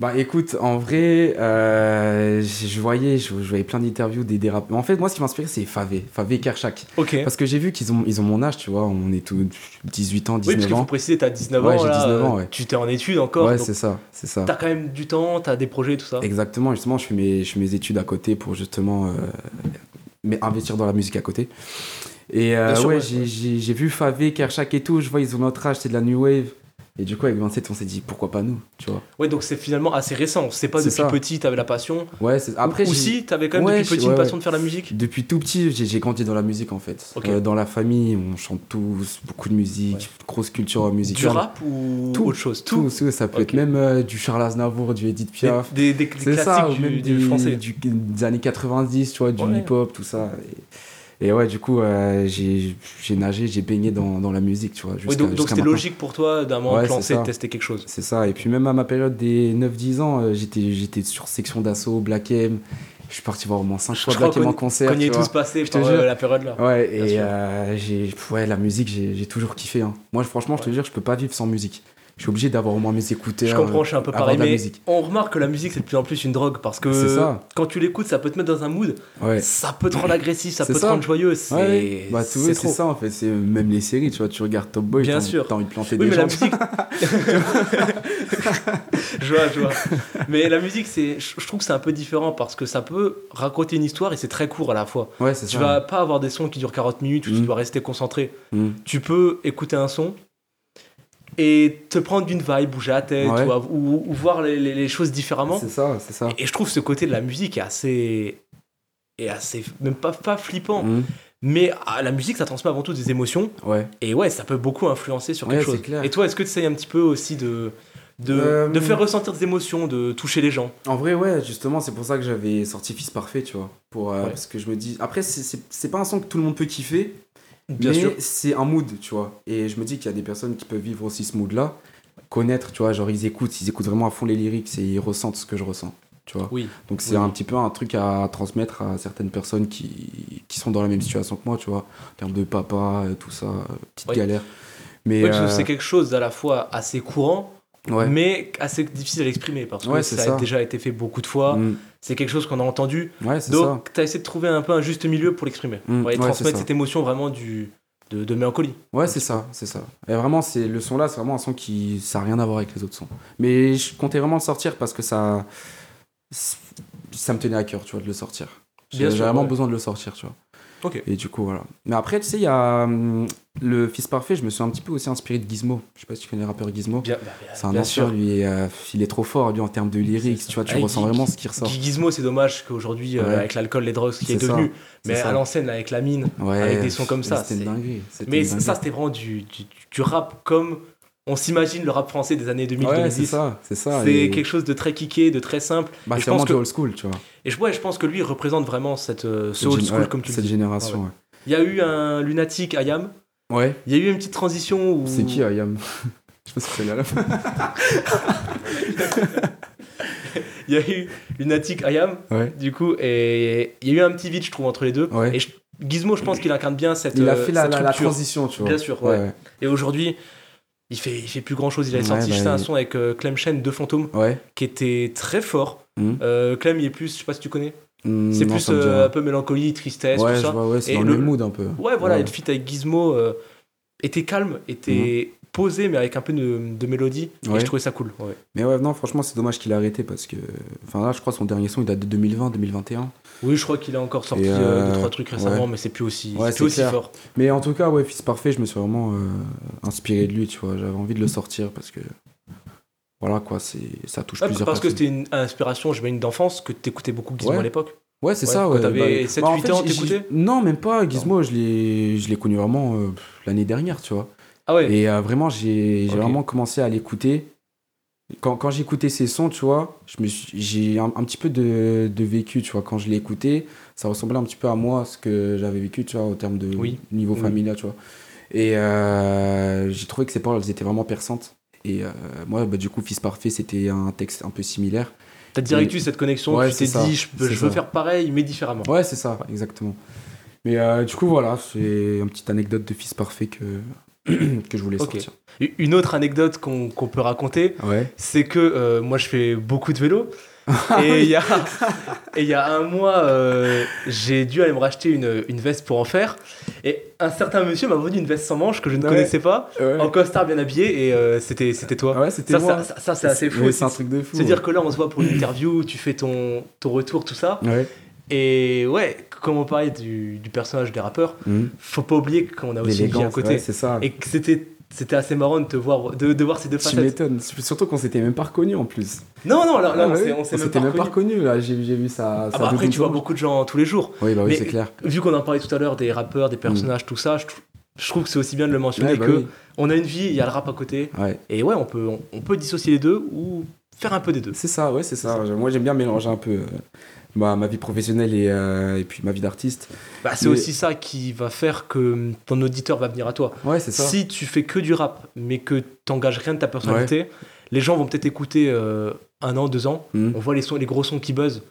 Speaker 3: Bah écoute, en vrai, euh, je je voyais, je, je voyais plein d'interviews des, des rappeurs. En fait, moi, ce qui m'inspirait, c'est Favé, Favé et Kershak.
Speaker 1: Ok.
Speaker 3: Parce que j'ai vu qu'ils ont, ils ont mon âge, tu vois, on est tous 18 ans,
Speaker 1: Oui, parce
Speaker 3: 19
Speaker 1: qu'il faut
Speaker 3: ans.
Speaker 1: préciser, t'as 19
Speaker 3: Ouais,
Speaker 1: ans.
Speaker 3: j'ai
Speaker 1: là,
Speaker 3: 19
Speaker 1: euh,
Speaker 3: ans, ouais.
Speaker 1: Tu t'es en études encore.
Speaker 3: ouais,
Speaker 1: donc
Speaker 3: c'est ça, c'est ça.
Speaker 1: t'as quand même du temps, t'as des projets, tout ça.
Speaker 3: Exactement, justement, je fais mes, je fais mes études à côté pour justement euh, mais investir dans la musique à côté. Et euh,
Speaker 1: Bien sûr,
Speaker 3: ouais,
Speaker 1: ouais.
Speaker 3: j'ai- j'ai j'ai vu Favé, Kershak et tout, je vois, ils ont notre âge, c'est de la new wave. Et du coup, avec 27, on s'est dit, pourquoi pas nous, tu vois
Speaker 1: Ouais, donc c'est finalement assez récent. C'est pas
Speaker 3: C'est
Speaker 1: depuis
Speaker 3: ça.
Speaker 1: petit, t'avais la passion.
Speaker 3: Ouais, c'est- après,
Speaker 1: Ou
Speaker 3: j'ai-
Speaker 1: si, t'avais quand même
Speaker 3: Ouais,
Speaker 1: depuis petit
Speaker 3: j'ai-
Speaker 1: une
Speaker 3: ouais,
Speaker 1: passion de faire la musique.
Speaker 3: depuis tout petit, j'ai j'ai grandi dans la musique, en fait.
Speaker 1: Ok.
Speaker 3: Euh, dans la famille, on chante tous, beaucoup de musique, grosse culture musicale.
Speaker 1: Du rap ou
Speaker 3: Tout,
Speaker 1: autre chose.
Speaker 3: Tout, tout, ça peut
Speaker 1: Ok.
Speaker 3: être même euh, du Charles Aznavour, du Edith
Speaker 1: Des,
Speaker 3: Piaf.
Speaker 1: des- des classiques
Speaker 3: C'est ça, ou
Speaker 1: du,
Speaker 3: même
Speaker 1: du
Speaker 3: des,
Speaker 1: français.
Speaker 3: du- des années 90, tu vois, du
Speaker 1: Ouais.
Speaker 3: hip-hop, tout ça. Et, et ouais, du coup, euh, j'ai j'ai nagé, j'ai baigné dans, dans la musique, tu vois.
Speaker 1: Oui,
Speaker 3: jusqu'à-
Speaker 1: donc donc
Speaker 3: jusqu'à
Speaker 1: c'était
Speaker 3: maintenant.
Speaker 1: logique pour toi d'un moment
Speaker 3: Ouais,
Speaker 1: de te lancer,
Speaker 3: c'est
Speaker 1: de
Speaker 3: ça.
Speaker 1: tester quelque chose.
Speaker 3: C'est ça. Et puis même à ma période des 9-10 ans, euh, j'étais j'étais sur section d'assaut, Black M. Je suis parti voir au moins 5 fois
Speaker 1: crois
Speaker 3: Black M
Speaker 1: qu'on-
Speaker 3: en concert.
Speaker 1: Quand y est
Speaker 3: tu vois.
Speaker 1: tous passé
Speaker 3: Je te
Speaker 1: par
Speaker 3: jure.
Speaker 1: euh, la période là.
Speaker 3: Ouais,
Speaker 1: Bien
Speaker 3: et
Speaker 1: sûr.
Speaker 3: euh, j'ai, ouais, la musique, j'ai, j'ai toujours kiffé. hein. Moi, franchement, je te
Speaker 1: Ouais.
Speaker 3: jure, je peux pas vivre sans musique. je suis obligé d'avoir au moins mes écouteurs.
Speaker 1: Je comprends, je suis un peu
Speaker 3: avoir
Speaker 1: pareil,
Speaker 3: de la
Speaker 1: mais
Speaker 3: musique.
Speaker 1: on remarque que la musique c'est de plus en plus une drogue parce
Speaker 3: C'est
Speaker 1: que
Speaker 3: ça.
Speaker 1: quand tu l'écoutes, ça peut te mettre dans un mood,
Speaker 3: euh, Ouais.
Speaker 1: ça peut te rendre agressif, ça
Speaker 3: C'est
Speaker 1: peut te
Speaker 3: ça.
Speaker 1: rendre joyeux,
Speaker 3: Ouais,
Speaker 1: c'est
Speaker 3: ouais. Bah, tu vois,
Speaker 1: c'est
Speaker 3: c'est
Speaker 1: trop.
Speaker 3: ça en fait, c'est même les séries, tu vois, tu regardes Top Boy,
Speaker 1: oh. Bien
Speaker 3: t'as-
Speaker 1: sûr.
Speaker 3: t'as envie de planter
Speaker 1: Oui,
Speaker 3: des
Speaker 1: mais
Speaker 3: gens.
Speaker 1: la
Speaker 3: [LAUGHS]
Speaker 1: musique. je vois, je vois. Mais la musique, c'est, je je trouve que c'est un peu différent parce que ça peut raconter une histoire et c'est très court à la fois.
Speaker 3: Ouais, c'est
Speaker 1: Tu
Speaker 3: ça.
Speaker 1: vas pas avoir des sons qui durent 40 minutes où tu
Speaker 3: Mm.
Speaker 1: dois rester concentré.
Speaker 3: Mm.
Speaker 1: Tu peux écouter un son et te prendre d'une vibe, bouger la tête
Speaker 3: Ouais.
Speaker 1: ou, av- ou- ou voir les, les- les choses différemment.
Speaker 3: C'est ça, c'est ça.
Speaker 1: Et, et je trouve ce côté de la musique est assez. est assez. même pas, pas flippant.
Speaker 3: Mm.
Speaker 1: Mais ah, la musique, ça transmet avant tout des émotions.
Speaker 3: Ouais.
Speaker 1: Et ouais, ça peut beaucoup influencer sur quelque
Speaker 3: Ouais, c'est
Speaker 1: chose.
Speaker 3: clair.
Speaker 1: Et toi, est-ce que tu essayes un petit peu aussi de, de,
Speaker 3: Euh,
Speaker 1: de faire ressentir des émotions, de toucher les gens
Speaker 3: En vrai, ouais, justement, c'est pour ça que j'avais sorti Fils Parfait, tu vois. Pour, euh,
Speaker 1: Ouais.
Speaker 3: Parce que je me dis. Après, c'est- c'est c'est pas un son que tout le monde peut kiffer,
Speaker 1: Bien
Speaker 3: mais
Speaker 1: sûr.
Speaker 3: c'est un mood, tu vois. Et je me dis qu'il y a des personnes qui peuvent vivre aussi ce mood-là, connaître, tu vois. Genre, ils écoutent, ils écoutent vraiment à fond les lyrics et ils ressentent ce que je ressens, tu vois.
Speaker 1: Oui.
Speaker 3: Donc, c'est
Speaker 1: Oui.
Speaker 3: un petit peu un truc à transmettre à certaines personnes qui, qui sont dans la même situation que moi, tu vois. En termes de papa, euh, tout ça, euh, petite
Speaker 1: Oui.
Speaker 3: galère. Mais.
Speaker 1: Oui, parce que
Speaker 3: euh,
Speaker 1: c'est quelque chose à la fois assez courant,
Speaker 3: ouais.
Speaker 1: mais assez difficile à exprimer parce que
Speaker 3: Ouais, c'est
Speaker 1: ça, a
Speaker 3: ça.
Speaker 1: déjà été fait beaucoup de fois.
Speaker 3: Mm.
Speaker 1: C'est quelque chose qu'on a entendu.
Speaker 3: Ouais, c'est ça.
Speaker 1: Donc, tu as essayé de trouver un peu un juste milieu pour l'exprimer.
Speaker 3: Mm,
Speaker 1: Ouais, et
Speaker 3: ouais, c'est
Speaker 1: transmettre
Speaker 3: ça.
Speaker 1: cette émotion vraiment du, de, de mélancolie.
Speaker 3: Ouais, c'est ça, c'est ça. Et vraiment, c'est le son là, c'est vraiment un son qui ça a rien à voir avec les autres sons. Mais je comptais vraiment le sortir parce que ça ça me tenait à cœur, tu vois, de le sortir.
Speaker 1: Bien
Speaker 3: J'ai
Speaker 1: sûr,
Speaker 3: j'ai vraiment
Speaker 1: ouais.
Speaker 3: besoin de le sortir, tu vois.
Speaker 1: Ok.
Speaker 3: Et du coup, voilà. Mais après, tu sais, il y a hum, le Fils Parfait, je me suis un petit peu aussi inspiré de Gizmo. Je sais pas si tu connais le rappeur Gizmo.
Speaker 1: Bien, bah, bien-
Speaker 3: C'est un
Speaker 1: bien
Speaker 3: ancien,
Speaker 1: sûr.
Speaker 3: lui, et, euh, il est trop fort, lui, en termes de lyrics, tu vois, tu
Speaker 1: Ah,
Speaker 3: ressens
Speaker 1: Guy-
Speaker 3: vraiment ce qui ressort.
Speaker 1: Guy Gizmo, c'est dommage qu'aujourd'hui, euh,
Speaker 3: Ouais.
Speaker 1: avec l'alcool, les drogues, ce qui est,
Speaker 3: C'est ça.
Speaker 1: devenu.
Speaker 3: C'est
Speaker 1: Mais
Speaker 3: ça.
Speaker 1: à l'ancienne, avec la mine,
Speaker 3: Ouais,
Speaker 1: avec des sons comme
Speaker 3: mais
Speaker 1: ça,
Speaker 3: C'était
Speaker 1: c'est-
Speaker 3: une dinguerie. c'était
Speaker 1: Mais
Speaker 3: une
Speaker 1: ça,
Speaker 3: dinguerie.
Speaker 1: ça, c'était vraiment du, du, du rap comme on s'imagine le rap français des années 2000-2010.
Speaker 3: Ouais, c'est ça, c'est ça.
Speaker 1: C'est
Speaker 3: et-
Speaker 1: quelque chose de très kické, de très simple.
Speaker 3: bah,
Speaker 1: et je
Speaker 3: c'est
Speaker 1: pense
Speaker 3: vraiment
Speaker 1: que-
Speaker 3: du old school, tu vois.
Speaker 1: Et je, ouais, je pense que lui, il représente vraiment cette, euh, ce old
Speaker 3: Cette gén-
Speaker 1: school,
Speaker 3: ouais,
Speaker 1: comme tu le
Speaker 3: Cette
Speaker 1: dis.
Speaker 3: génération,
Speaker 1: Il y a eu un lunatique, Ayam.
Speaker 3: ouais. Ouais.
Speaker 1: Il y a eu une petite transition où.
Speaker 3: C'est qui Ayam [LAUGHS] Je pense que c'est la la-
Speaker 1: Il y a eu lunatique, Ayam,
Speaker 3: Ouais.
Speaker 1: du coup, et il y a eu un petit vide, je trouve, entre les deux.
Speaker 3: Ouais.
Speaker 1: Et je- Gizmo, je pense qu'il incarne bien cette.
Speaker 3: Il a
Speaker 1: euh,
Speaker 3: fait la,
Speaker 1: cette
Speaker 3: la- la
Speaker 1: rupture.
Speaker 3: transition, tu vois.
Speaker 1: Bien sûr, ouais. Et aujourd'hui. Il fait, il fait plus grand chose. Il a
Speaker 3: Ouais,
Speaker 1: sorti
Speaker 3: bah,
Speaker 1: juste un
Speaker 3: il-
Speaker 1: son avec euh, Clem Chen, Deux Fantômes,
Speaker 3: Ouais. ouais.
Speaker 1: qui était très fort.
Speaker 3: Mhm.
Speaker 1: Euh, Clem, il est plus, je sais pas si tu connais.
Speaker 3: Mm,
Speaker 1: C'est
Speaker 3: non,
Speaker 1: plus
Speaker 3: ça me dit
Speaker 1: euh,
Speaker 3: rien.
Speaker 1: un peu mélancolie, tristesse,
Speaker 3: Ouais,
Speaker 1: tout
Speaker 3: je
Speaker 1: ça.
Speaker 3: vois, ouais, c'est
Speaker 1: Et
Speaker 3: dans
Speaker 1: le-
Speaker 3: le même mood un peu.
Speaker 1: Ouais, voilà,
Speaker 3: Ouais.
Speaker 1: et le feat avec Gizmo euh, était calme, était posé, mais avec un peu de, de mélodie. Et
Speaker 3: Hmm. Ouais.
Speaker 1: je trouvais ça cool. ouais.
Speaker 3: Mais ouais, non, franchement, c'est dommage qu'il a arrêté parce que. Enfin, là, je crois que son dernier son, il date de 2020, 2021.
Speaker 1: Oui, je crois qu'il a encore sorti
Speaker 3: Et,
Speaker 1: euh,
Speaker 3: euh,
Speaker 1: deux, trois trucs récemment, mais c'est plus aussi,
Speaker 3: Ouais,
Speaker 1: c'est
Speaker 3: c'est
Speaker 1: plus aussi
Speaker 3: clair.
Speaker 1: fort.
Speaker 3: Mais en tout cas, ouais, Fils Parfait, je me suis vraiment euh, inspiré de lui, tu vois. J'avais envie de le sortir parce que. Voilà, quoi, c'est ça touche
Speaker 1: Ouais,
Speaker 3: plusieurs
Speaker 1: Ah, parce que
Speaker 3: personnes.
Speaker 1: c'était une inspiration, j'imagine, d'enfance, que t'écoutais beaucoup Gizmo
Speaker 3: Ouais.
Speaker 1: à l'époque.
Speaker 3: Ouais, c'est
Speaker 1: Ouais,
Speaker 3: ça,
Speaker 1: quand
Speaker 3: ouais.
Speaker 1: t'avais
Speaker 3: Bah,
Speaker 1: 7,
Speaker 3: bah, en
Speaker 1: 8
Speaker 3: fait,
Speaker 1: ans,
Speaker 3: j'ai-
Speaker 1: t'écoutais
Speaker 3: Non, même pas. Gizmo, je l'ai je l'ai connu vraiment euh, pff, l'année dernière, tu vois.
Speaker 1: Ah ouais,
Speaker 3: Et euh, vraiment, j'ai j'ai
Speaker 1: Ok.
Speaker 3: vraiment commencé à l'écouter. Quand, quand j'écoutais ces sons, tu vois, je me suis- j'ai un, un petit peu de, de vécu, tu vois. Quand je l'ai écouté, ça ressemblait un petit peu à moi, ce que j'avais vécu, tu vois, au terme de
Speaker 1: Oui. Mm.
Speaker 3: niveau
Speaker 1: Oui.
Speaker 3: familial, tu vois. Et euh, j'ai trouvé que ces paroles, elles étaient vraiment perçantes. Et euh, moi, bah, du coup, Fils Parfait, c'était un texte un peu similaire.
Speaker 1: t'as direct
Speaker 3: et-
Speaker 1: eu cette connexion,
Speaker 3: Ouais,
Speaker 1: tu t'es
Speaker 3: c'est ça,
Speaker 1: dit, je, peux-
Speaker 3: c'est
Speaker 1: je veux
Speaker 3: ça.
Speaker 1: faire pareil, mais différemment.
Speaker 3: Ouais, c'est ça, exactement. Mais euh, du coup, voilà, c'est une petite anecdote de Fils Parfait que, [CLEARS THROAT] que je voulais
Speaker 1: Ok.
Speaker 3: sortir.
Speaker 1: Et Une autre anecdote qu'on qu'on peut raconter,
Speaker 3: Ouais.
Speaker 1: c'est que euh, moi je fais beaucoup de vélo
Speaker 3: Ah
Speaker 1: et il y a et il y a un mois euh, j'ai dû aller me racheter une, une veste pour en faire et un certain monsieur m'a vendu une veste sans manches que je ne
Speaker 3: Ouais.
Speaker 1: connaissais pas
Speaker 3: Ouais,
Speaker 1: en costard bien habillé et euh, c'était c'était toi
Speaker 3: ouais c'était
Speaker 1: Euh, ça,
Speaker 3: moi.
Speaker 1: ça, ça, ça, c'est assez fou
Speaker 3: Mais
Speaker 1: aussi.
Speaker 3: C'est un truc de fou.
Speaker 1: se dire que là on se voit pour une interview tu fais ton ton retour tout ça
Speaker 3: Ouais.
Speaker 1: et ouais comme on parlait du, du personnage des rappeurs
Speaker 3: Mmh.
Speaker 1: faut pas oublier qu'on a aussi Guy Ah à
Speaker 3: L'élégance,
Speaker 1: côté
Speaker 3: ouais, c'est ça.
Speaker 1: et que c'était c'était assez marrant de te voir de, de voir ces deux
Speaker 3: tu
Speaker 1: facettes
Speaker 3: m'étonnes. Surtout qu'on s'était même pas reconnus en plus.
Speaker 1: non non là, là,
Speaker 3: Ah
Speaker 1: on
Speaker 3: ouais,
Speaker 1: s'est- on s'est même pas
Speaker 3: s'était même pas
Speaker 1: reconnus.
Speaker 3: reconnus là. J'ai j'ai vu ça.
Speaker 1: Ah bah après, tu vois beaucoup de gens tous les jours.
Speaker 3: Oui, bah oui,
Speaker 1: Mais-
Speaker 3: c'est clair.
Speaker 1: Vu qu'on en parlait tout à l'heure des rappeurs, des personnages, tout ça, je, tr- je trouve que c'est aussi bien de le mentionner
Speaker 3: Mm. Ouais, bah
Speaker 1: que
Speaker 3: oui.
Speaker 1: on a une vie, il y a le rap à côté.
Speaker 3: Ouais.
Speaker 1: Et ouais, on peut, on, on peut dissocier les deux ou faire un peu des deux.
Speaker 3: C'est ça, ouais, c'est ça. Moi, j'aime bien mélanger un peu euh, ma, ma vie professionnelle et, euh, et puis ma vie d'artiste.
Speaker 1: Bah, c'est
Speaker 3: Mais-
Speaker 1: aussi ça qui va faire que ton auditeur va venir à toi.
Speaker 3: Ouais, c'est ça.
Speaker 1: Si tu fais que du rap, mais que t'engages rien de ta personnalité, les gens vont peut-être écouter euh, un an, deux ans.
Speaker 3: Mm.
Speaker 1: On voit les, sons, les gros sons qui buzzent.